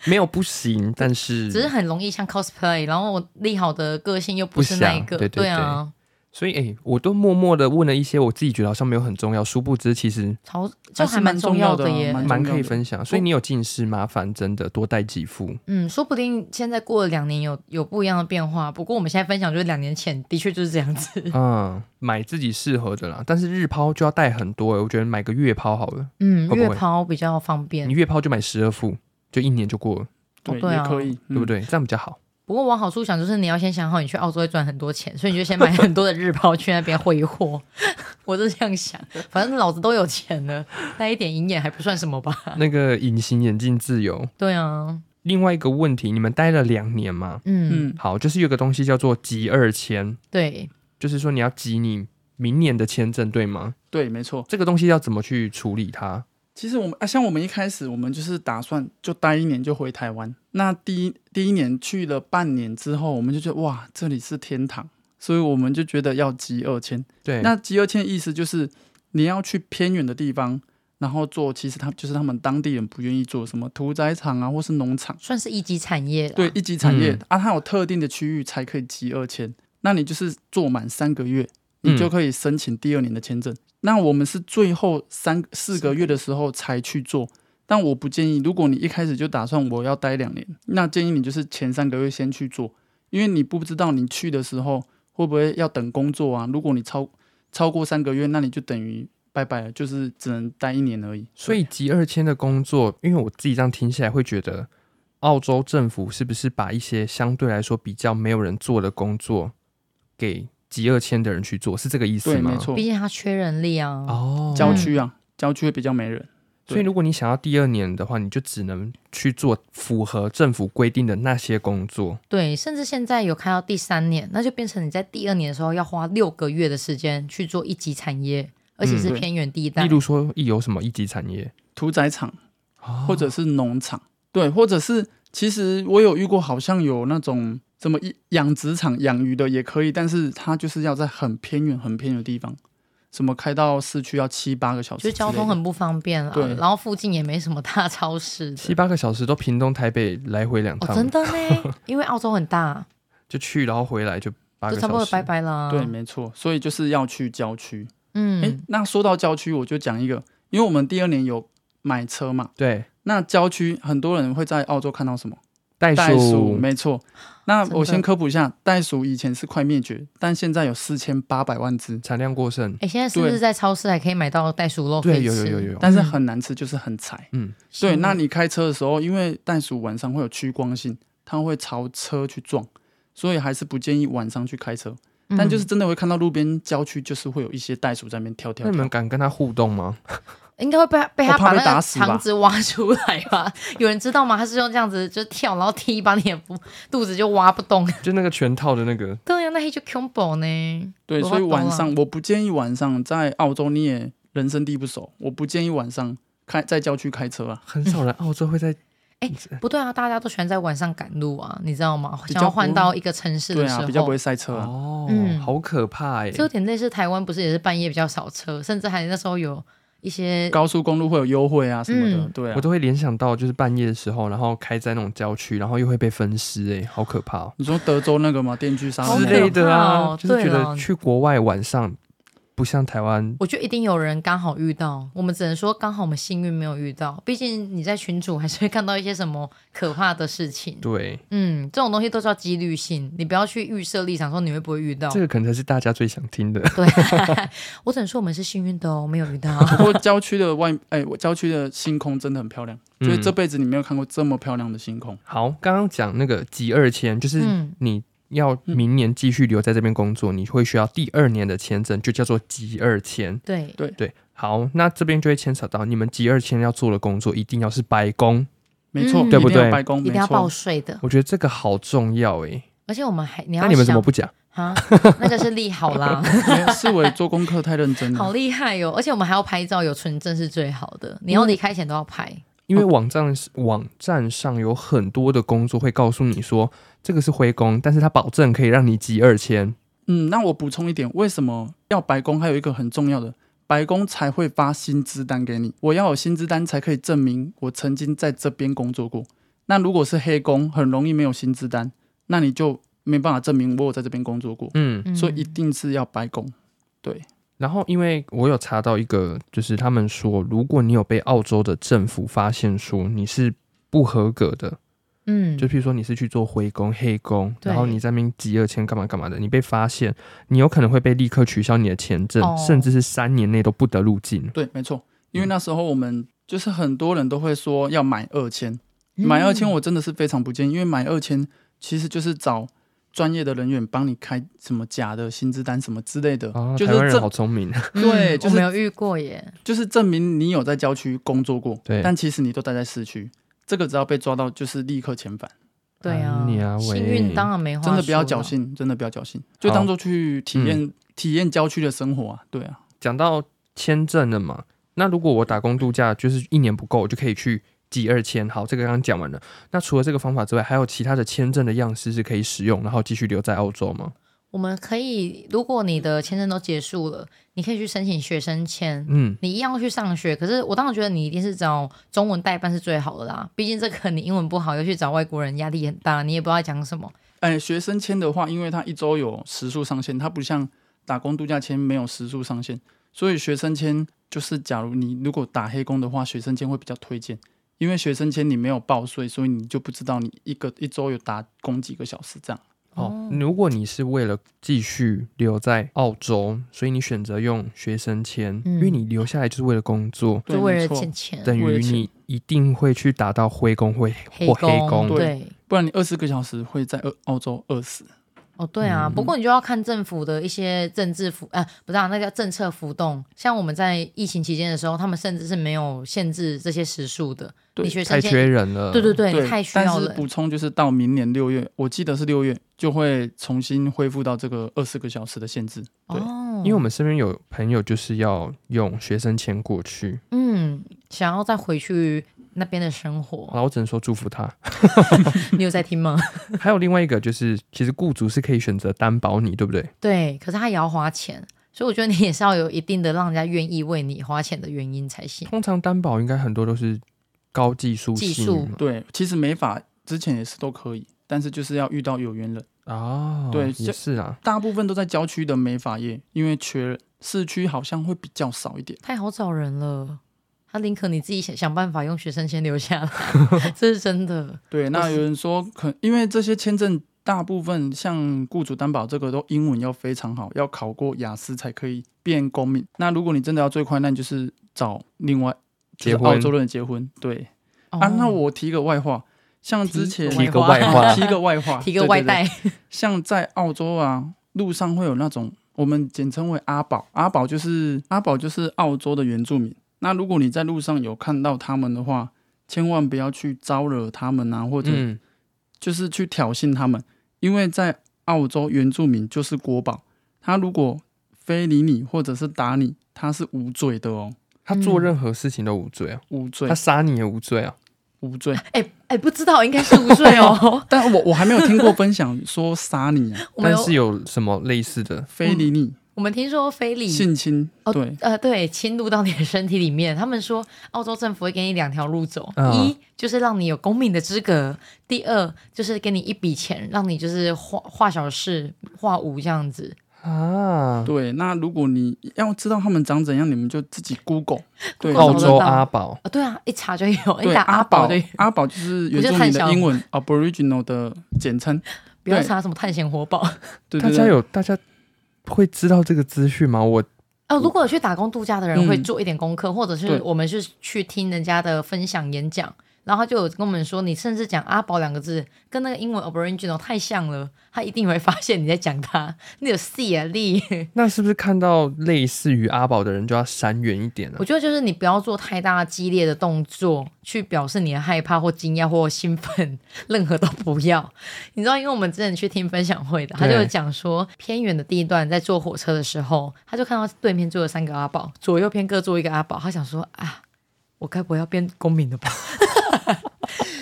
B: 没有不行，但是
C: 只是很容易像 cosplay。然后我利好的个性又
B: 不
C: 不是那一
B: 想
C: 个，
B: 对对
C: 啊，
B: 所以哎、诶我都默默的问了一些我自己觉得好像没有很重要，殊不知其实
C: 超
A: 还
C: 就是还
A: 蛮
C: 重
A: 重要
C: 的
A: 的啊
C: 耶。
A: 蛮
B: 蛮
A: 重要
B: 可以
A: 的
B: 分享。所以你有近视，麻烦真的多带几副。
C: 嗯，说不定现在过了两年有有不一样的变化。不过我们现在分享就是两年前的确就是这样子。
B: 嗯，买自己适合的啦。但是日抛就要带很多、欸我觉得买个月抛好了，
C: 嗯，
B: 会不会
C: 月抛比较方便
B: 你。月抛就买十二副，就一年就过了，
A: 对，
C: 对啊
A: 也可以，嗯
B: 对不
A: 对？
B: 对？这样比较好。
C: 不过往好处想，就是你要先想好，你去澳洲会赚很多钱，所以你就先买很多的日抛去那边挥霍。 <laughs> 我是这样想，反正老子都有钱了，带一点银眼还不算什么吧？
B: 那个隐形眼镜自由。
C: 对啊，
B: 另外一个问题，你们待了两年嘛？
C: 嗯，
A: 嗯，
B: 好，就是有个东西叫做集二签，
C: 对，
B: 就是说你要集你明年的签证，对吗？
A: 对，没错。
B: 这个东西要怎么去处理它？
A: 其实我们啊，像我们一开始，我们就是打算就待一年就回台湾。那第一第一年去了半年之后，我们就觉得哇，这里是天堂，所以我们就觉得要集二签。
B: 对，
A: 那集合签意思就是你要去偏远的地方，然后做其实他就是他们当地人不愿意做什么屠宰场啊，或是农场，
C: 算是一级产业了。
A: 对，一级产业、
B: 嗯
A: 啊，它有特定的区域才可以集二签。那你就是做满三个月，
B: 嗯
A: 你就可以申请第二年的签证。那我们是最后三四个月的时候才去做。但我不建议，如果你一开始就打算我要待两年，那建议你就是前三个月先去做，因为你不知道你去的时候会不会要等工作啊。如果你超超过三个月，那你就等于拜拜了，就是只能待一年而已。
B: 所以集二签的工作，因为我自己这样听起来会觉得，澳洲政府是不是把一些相对来说比较没有人做的工作给集二签的人去做，是这个意思
A: 对，
B: 吗？
A: 没。错
C: 毕，竟它缺人力啊。
B: 哦，
A: 郊区啊，郊区会比较没人。
B: 所以如果你想要第二年的话，你就只能去做符合政府规定的那些工作。
C: 对，甚至现在有开到第三年，那就变成你在第二年的时候要花六个月的时间去做一级产业，而且
B: 嗯
C: 是
A: 对
C: 偏远地带。
B: 例如说，一有什么一级产业，
A: 屠宰场
B: 哦
A: 或者是农场，对，或者是其实我有遇过，好像有那种什么一养殖场养鱼的也可以，但是它就是要在很偏远、很偏远的地方，什么开到市区要七八个小时之类
C: 就
A: 的，
C: 交通很不方便啦
A: 对，
C: 然后附近也没什么大超市的
B: 七八个小时都屏东台北来回两
C: 哦，
B: 趟，
C: 真的呢，
B: <laughs>
C: 因为澳洲很大，
B: 就去然后回来就八个
C: 就
B: 小时，
C: 差不多拜拜啦。
A: 对，没错，所以就是要去郊区。
C: 嗯，
B: 哎
A: 诶，那说到郊区，我就讲一个，因为我们第二年有买车嘛，
B: 对，
A: 那郊区很多人会在澳洲看到什么？
B: 袋
A: 袋鼠，没错。那
C: 真的
A: 我先科普一下，袋鼠以前是快灭绝，但现在有四千八百万只，
B: 产量过剩，
C: 哎，现在是不是
A: 对
C: 在超市还可以买到袋鼠肉哦可
B: 对，
C: 以
B: 有
C: 吃？
B: 有有有有，
A: 但是很难吃，就是很柴。
B: 嗯，
A: 对，
C: 是
A: 那你开车的时候，因为袋鼠晚上会有趋光性，它会朝车去撞，所以还是不建议晚上去开车。但就是
C: 嗯
A: 真的会看到路边郊区，就是会有一些袋鼠在那边跳跳
B: 那你
A: 跳
B: 们。敢跟他互动吗？ <laughs>
C: 应该会被他被
A: 我
C: 他
A: 怕
C: 把
A: 被
C: 那
A: 打
C: 个
A: 死吧
C: 肠子挖出来吧？有人知道吗？他是用这样子就跳，然后踢把你的腹肚子就挖不动。 <laughs>
B: 就那个全套的那个，
C: 对啊呀、那黑就 combo 呢？
A: 对，
C: 我
A: 所以
C: 懂了
A: 晚上我不建议晚上在澳洲你也人生地不熟，我不建议晚上开在郊区开车啊。
B: 很少人澳洲会在
C: 不对啊，大家都喜欢在晚上赶路啊，你知道吗？
A: 比较
C: 想要
A: 不
C: 换到一个城市
A: 对
C: 的时候，
A: 啊，比较不会塞车啊。
B: 哦
C: 嗯
B: 好可怕哎
C: 这，有点类似台湾，不是也是半夜比较少车，甚至还那时候有一些
A: 高速公路会有优惠啊什么的，
C: 嗯
A: 对啊
B: 我。都会联想到就是半夜的时候，然后开在那种郊区，然后又会被分尸哎，好可怕哦。
A: 你说德州那个吗？电锯杀人
C: 好
B: 之
A: 魔
B: 类的
C: 可怕
B: 啊，
C: 哦
B: 哦就是觉
C: 对
B: 得
C: 了
B: 去国外晚上不像台湾，
C: 我觉得一定有人刚好遇到，我们只能说刚好我们幸运没有遇到。毕竟你在群组还是会看到一些什么可怕的事情。
B: 对，
C: 嗯，这种东西都叫几率性，你不要去预设立场说你会不会遇到
B: 这。个可能才是大家最想听的。 <laughs>
C: 对， <laughs> 我只能说我们是幸运的哦，没有遇
A: <laughs>
C: 到。
A: 不过郊区的外，哎、我郊区的星空真的很漂亮，
B: 嗯
A: 就是这辈子你没有看过这么漂亮的星空。
B: 好，刚刚讲那个集二签，就是
C: 嗯
B: 你要明年继续留在这边工作，你会需要第二年的签证，就叫做集二签。
C: 对，
B: 对，好，那这边就会牵扯到你们集二签要做的工作，一定要是白工。
A: 没错，
C: 嗯
A: 一
C: 对
A: 定
B: 不对
A: 要白宫，
C: 一
A: 没
C: 定要报
A: 错， <laughs>
C: 税的。
B: 我觉得这个好重要诶。
C: 而且我们还你要
B: 那你们怎
C: 想
B: 么不讲？
C: 啊？那个是利好啦，
A: 因为世伟做功课太认真
C: 好
A: 了。
C: 厉害哦哟、而且我们还要拍照，有纯正是最好的。你要离开前都要拍。
B: 因为网站网站上有很多的工作会告诉你说这个是灰工，但是它保证可以让你集二签。
A: 嗯，那我补充一点，为什么要白宫？还有一个很重要的，白宫才会发薪资单给你。我要有薪资单才可以证明我曾经在这边工作过。那如果是黑工，很容易没有薪资单，那你就没办法证明我有在这边工作过。
B: 嗯，
C: 嗯、
A: 所以一定是要白宫。
B: 然后，因为我有查到一个，就是他们说，如果你有被澳洲的政府发现说你是不合格的，
C: 嗯，
B: 就譬如说你是去做灰工、黑工，
C: 对
B: 然后你在那边集二签干嘛干嘛的，你被发现，你有可能会被立刻取消你的签证，
C: 哦
B: 甚至是三年内都不得入境。
A: 对，没错，因
B: 嗯
A: 为那时候我们就是很多人都会说要买二签，买二签
C: 嗯
A: 我真的是非常不建议，因为买二签其实就是找专业的人员帮你开什么假的薪资单什么之类的，
B: 哦，
A: 就是
B: 台湾人好
A: 证
B: 聪明， <laughs>
A: 对
C: 嗯
A: 就是
C: 我没有遇过耶。
A: 就是证明你有在郊区工作过，
B: 对
A: 但其实你都待在市区，这个只要被抓到就是立刻遣返，
C: 对啊，
B: 哎你啊喂
C: 幸运当然没话说
A: 真
C: 啦
A: 的不要侥。幸，真的不要侥幸，就
B: 好嗯
A: 当做去体验、体验郊区的生活啊，对啊。
B: 讲到签证了嘛，那如果我打工度假就是一年不够，我就可以去集二签。好，这个刚刚讲完了。那除了这个方法之外，还有其他的签证的样式是可以使用，然后继续留在澳洲吗？
C: 我们可以，如果你的签证都结束了，你可以去申请学生签。
B: 嗯，
C: 你一样去上学，可是我当然觉得你一定是找中文代办是最好的啦。毕竟这个你英文不好，又去找外国人，压力很大，你也不知道讲什么。
A: 哎，学生签的话，因为它一周有时数上限，它不像打工度假签没有时数上限，所以学生签就是，假如你如果打黑工的话，学生签会比较推荐，因为学生签你没有报税，所以你就不知道你一个一周有打工几个小时这样。
B: 哦，如果你是为了继续留在澳洲，所以你选择用学生签，
C: 嗯
B: 因为你留下来就是为了工作，
A: 对
C: 就为了
A: 没错
C: 钱钱，
B: 等
A: 为
B: 于
A: 了钱
B: 你一定会去打到灰工会
C: 黑
B: 或黑工。
A: 对
C: 对。
A: 不然你二十个小时会在澳澳洲饿死。
C: 哦，对啊，不过你就要看政府的一些政治浮，呃，不是、啊，那叫政策浮动。像我们在疫情期间的时候，他们甚至是没有限制这些时数的。
A: 对
C: 你学
B: 太
C: 生
B: 缺
C: 签，
B: 人了。
C: 对对对，你太
A: 但
C: 需要
A: 是
C: 了。
A: 补充就是到明年六月，我记得是六月就会重新恢复到这个二十个小时的限制。对
C: 哦，
B: 因为我们身边有朋友就是要用学生签过去，
C: 嗯，想要再回去那边的生
B: 好
C: 活，
B: 了，我只能说祝福他。 <laughs>
C: 你有在听吗？ <laughs>
B: 还有另外一个就是，其实雇主是可以选择担保你，对不对？
C: 对，可是他也要花钱，所以我觉得你也是要有一定的让人家愿意为你花钱的原因才行。
B: 通常担保应该很多都是高技术
C: 技
B: 性
C: 术
B: 嘛
A: 对，其实美法之前也是都可以，但是就是要遇到有缘人。
B: 哦，
A: 对
B: 也
A: 这
B: 是啊。
A: 大部分都在郊区的美发业，因为缺人市区好像会比较少一点。
C: 太好找人了，他宁可你自己想想办法用学生先留下来，这是真的。
A: 对，那有人说可，因为这些签证大部分像雇主担保这个都英文要非常好，要考过雅思才可以变公民。那如果你真的要最快，那你就是找另外就是
B: 结婚
A: 澳洲人结婚。对、
C: 哦
A: 啊，那我提个外话，像之前
B: 提个
C: 外
B: 外
C: 话
B: 话，
A: 提个外话，
C: <laughs> 提个
A: 对
C: 外，
A: 对对
C: 带， <laughs>
A: 像在澳洲啊，路上会有那种我们简称为阿宝，阿宝就是阿宝就是澳洲的原住民。那如果你在路上有看到他们的话，千万不要去招惹他们啊，或者
B: 嗯，
A: 就是去挑衅他们，因为在澳洲原住民就是国宝，他如果非礼你或者是打你，他是无罪的哦，
B: 他
C: 嗯
B: 做任何事情都无罪啊，
A: 无罪
B: 他，杀你也无罪啊。
A: 无罪。。
C: 哎、哎、不知道，应该是无罪
A: <laughs>
C: 哦 <laughs>
A: 但我我还没有听过分享说杀你啊，
C: 我们
B: 但是
C: 有，
B: 有什么类似的？
A: 非礼你、
C: 我们听说非礼，
A: 性侵，
C: 哦
A: 对，
C: 呃，对，侵入到你的身体里面。他们说，澳洲政府会给你两条路走，
B: 嗯
C: 一就是让你有公民的资格，第二就是给你一笔钱，让你就是化化小事、化无这样子。
B: 啊，
A: 对，那如果你要知道他们长怎样，你们就自己 Google 对。
C: Google
A: 然后
B: 澳
C: 找得
B: 洲
C: 到
B: 阿宝，
C: 哦，对啊，一查就有，
A: 对
C: 一打
A: 阿宝
C: 宝就有，，
A: 阿宝就是原住民
C: 不就探
A: 的
C: 小
A: 英文 Aboriginal 的简称。
C: 不要
A: 对
C: 查什么探险活宝。
A: 对
B: 大
A: 对
B: 家
A: 对，
B: 有大家会知道这个资讯吗？我
C: 哦，如果有去打工度假的人
A: 嗯
C: 会做一点功课，或者是
A: 对
C: 我们是去听人家的分享演讲，然后他就有跟我们说，你甚至讲阿宝两个字跟那个英文 Aboriginal 太像了，他一定会发现你在讲他， <laughs> 你有吸引力。
B: 那是不是看到类似于阿宝的人就要闪远一点呢、啊
C: 我觉得就是你不要做太大激烈的动作去表示你的害怕或惊讶或兴奋，任何都不要。你知道，因为我们之前去听分享会的，他就
B: 对
C: 有讲说，偏远的地段在坐火车的时候，他就看到对面坐了三个阿宝，左右边各坐一个阿宝，他想说啊，我该不会要变公民了吧？ <laughs>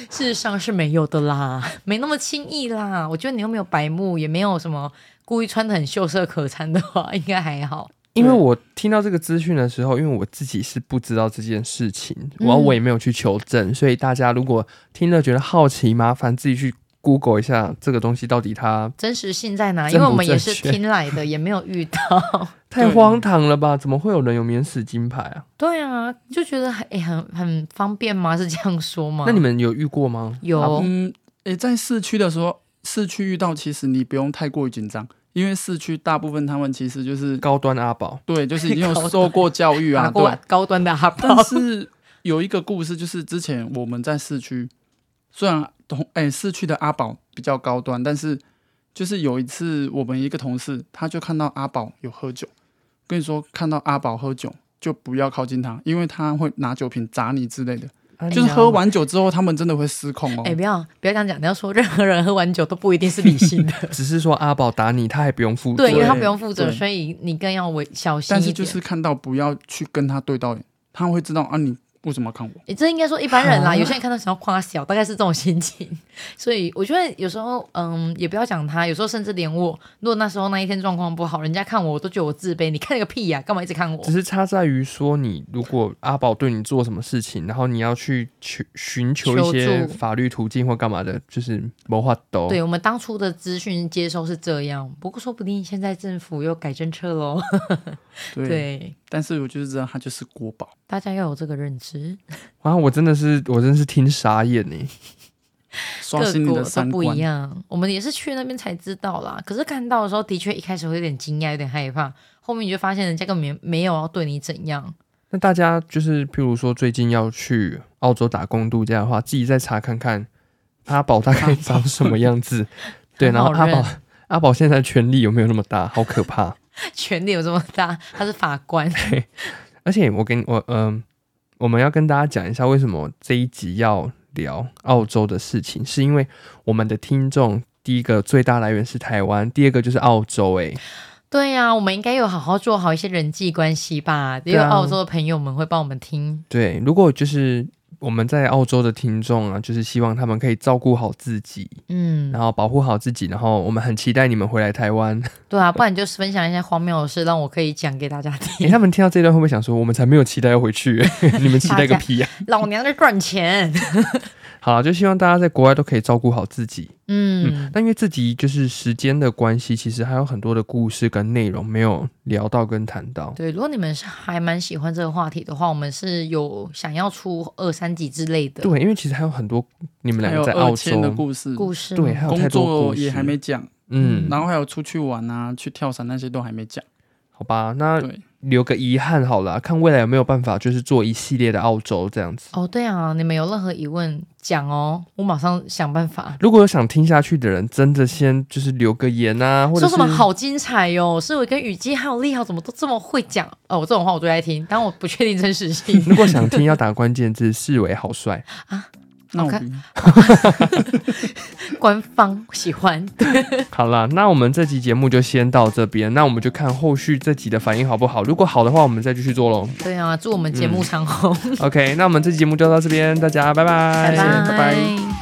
C: 事实上是没有的啦，没那么轻易啦。我觉得你又没有白目，也没有什么故意穿的很秀色可餐的话，应该还好。
B: 因为我听到这个资讯的时候，因为我自己是不知道这件事情，
C: 嗯
B: 然后我也没有去求证，所以大家如果听了觉得好奇，麻烦自己去 Google 一下这个东西到底它
C: 真实性在哪？
B: 正
C: 因
B: 不
C: 为我们也是
B: 正确
C: 听来的，也没有遇
A: <laughs>
C: 到。
B: 太荒唐了吧？怎么会有人有免死金牌啊？
C: 对啊，就觉得很、诶很很方便吗？是这样说吗？
B: 那你们有遇过吗？
C: 有
B: 啊
A: 嗯，诶，在市区的时候，市区遇到其实你不用太过于紧张，因为市区大部分他们其实就是
B: 高端阿宝，
A: 对，就是已经
C: <laughs> 高端
A: 有受过教育
C: 打
A: 啊，
C: 过
A: 对。
C: 高端的哈巴
A: <laughs> 但是有一个故事，就是之前我们在市区，虽然同哎、市区的阿宝比较高端，但是就是有一次我们一个同事，他就看到阿宝有喝酒，跟你说看到阿宝喝酒就不要靠近他，因为他会拿酒瓶砸你之类的。
B: 啊
A: 就是喝，完酒之后，他们真的会失控哦
C: 哎哎、。不要不要这样讲，你要说任何人喝完酒都不一定是
A: <laughs>
C: 理性的，
B: 你只是说阿宝打你，他还不用负责。
C: 对，因为他不用负责，
A: 对
C: 所以你更要为小心
A: 但
C: 一点。
A: 是就是看到不要去跟他对到眼，他会知道啊你为什么要看我。
C: 诶这应该说一般人
A: 哦
C: 啦，
B: 啊
C: 有些人看到想要夸小，大概是这种心情。所以我觉得有时候，嗯，也不要讲他，有时候甚至连我，如果那时候那一天状况不好，人家看我，我都觉得我自卑。你看个屁呀、干嘛一直看我
B: 只？是差在于说，你如果阿宝对你做什么事情，然后你要去求寻求一些
C: 求助
B: 法律途径或干嘛的，就是谋划斗。
C: 对我们当初的资讯接收是这样，不过说不定现在政府又改政策喽。
A: 对，
C: <laughs> 对，
A: 但是我就是知道他就是国宝。
C: 大家要有这个认知，
B: 啊，我真的是，我真是听傻眼欸呢。
A: 刷
C: 各
A: 新你
C: 国
A: 的
C: 都
A: 三
C: 不
A: 观
C: 一。样。我们也是去那边才知道啦，可是看到的时候，的确一开始会有点惊讶，有点害怕，后面你就发现人家根本没没有要对你怎样。 <laughs>
B: 那大家就是，譬如说最近要去澳洲打工度假的话，自己再查看看阿宝大概长什么样子。对，
C: 很
B: 然
C: <laughs> 好
B: 后阿宝
C: 认
B: 阿宝现在权力有没有那么大？好可怕！
C: 权力有这么大，他是法官， <laughs>
B: 而且我跟我嗯、我们要跟大家讲一下为什么这一集要聊澳洲的事情，是因为我们的听众第一个最大来源是台湾，第二个就是澳洲、欸。
C: 对呀、我们应该有好好做好一些人际关系吧。
B: 对
C: 也有
B: 啊
C: 澳洲的朋友们会帮我们听，
B: 对，如果就是我们在澳洲的听众啊，就是希望他们可以照顾好自己，
C: 嗯
B: 然，后保护好自己，然后我们很期待你们回来台湾。
C: 对啊，不然你就分享一些荒谬的事，让我可以讲给大家
B: 诶
C: 听。 <laughs>
B: 他们听到这段会不会想说，我们才没有期待要回去、你们期待个屁呀、啊
C: 老娘在赚钱，
B: 好啊，就希望大家在国外都可以照顾好自己。
C: 嗯，
B: 但因为这集就是时间的关系，其实还有很多的故事跟内容没有聊到跟谈到。
C: 对，如果你们是还蛮喜欢这个话题的话，我们是有想要出二三集之类的
B: 对，因为其实还有很多你们
A: 还
B: 两
A: 有
B: 个在
A: 二
B: 澳
A: 千的
B: 洲，
A: 故事，
C: 故事吗。
B: 对，还有太
A: 工
B: 多故
A: 作
B: 事
A: 也还没讲，
B: 嗯，
A: 然后还有出去玩啊、去跳伞那些都还没讲。
B: 好吧，那
A: 对，
B: 留个遗憾好了，看未来有没有办法就是做一系列的澳洲这样子。
C: 哦，对啊，你们有任何疑问讲哦，我马上想办法。
B: 如果有想听下去的人，真的先就是留个言啊，或者
C: 说
B: 是
C: 什么好精彩哟、是我跟雨姬还有丽豪怎么都这么会讲哦，我这种话我最爱听，但我不确定真
B: <laughs>
C: 实性。
B: <laughs> 如果想听，要打关键字“视为
A: <laughs>
B: 好帅
A: 那我
C: 好看
A: 不
C: 官方喜欢，”。
B: 好啦，那我们这期节目就先到这边，那我们就看后续这集的反应好不好。如果好的话，我们再继续做喽。
C: 对
B: 嗯
C: 啊，祝我们节目长红，
B: OK，那我们这期节目就到这边，大家拜拜，
C: 拜
A: 拜拜
C: 拜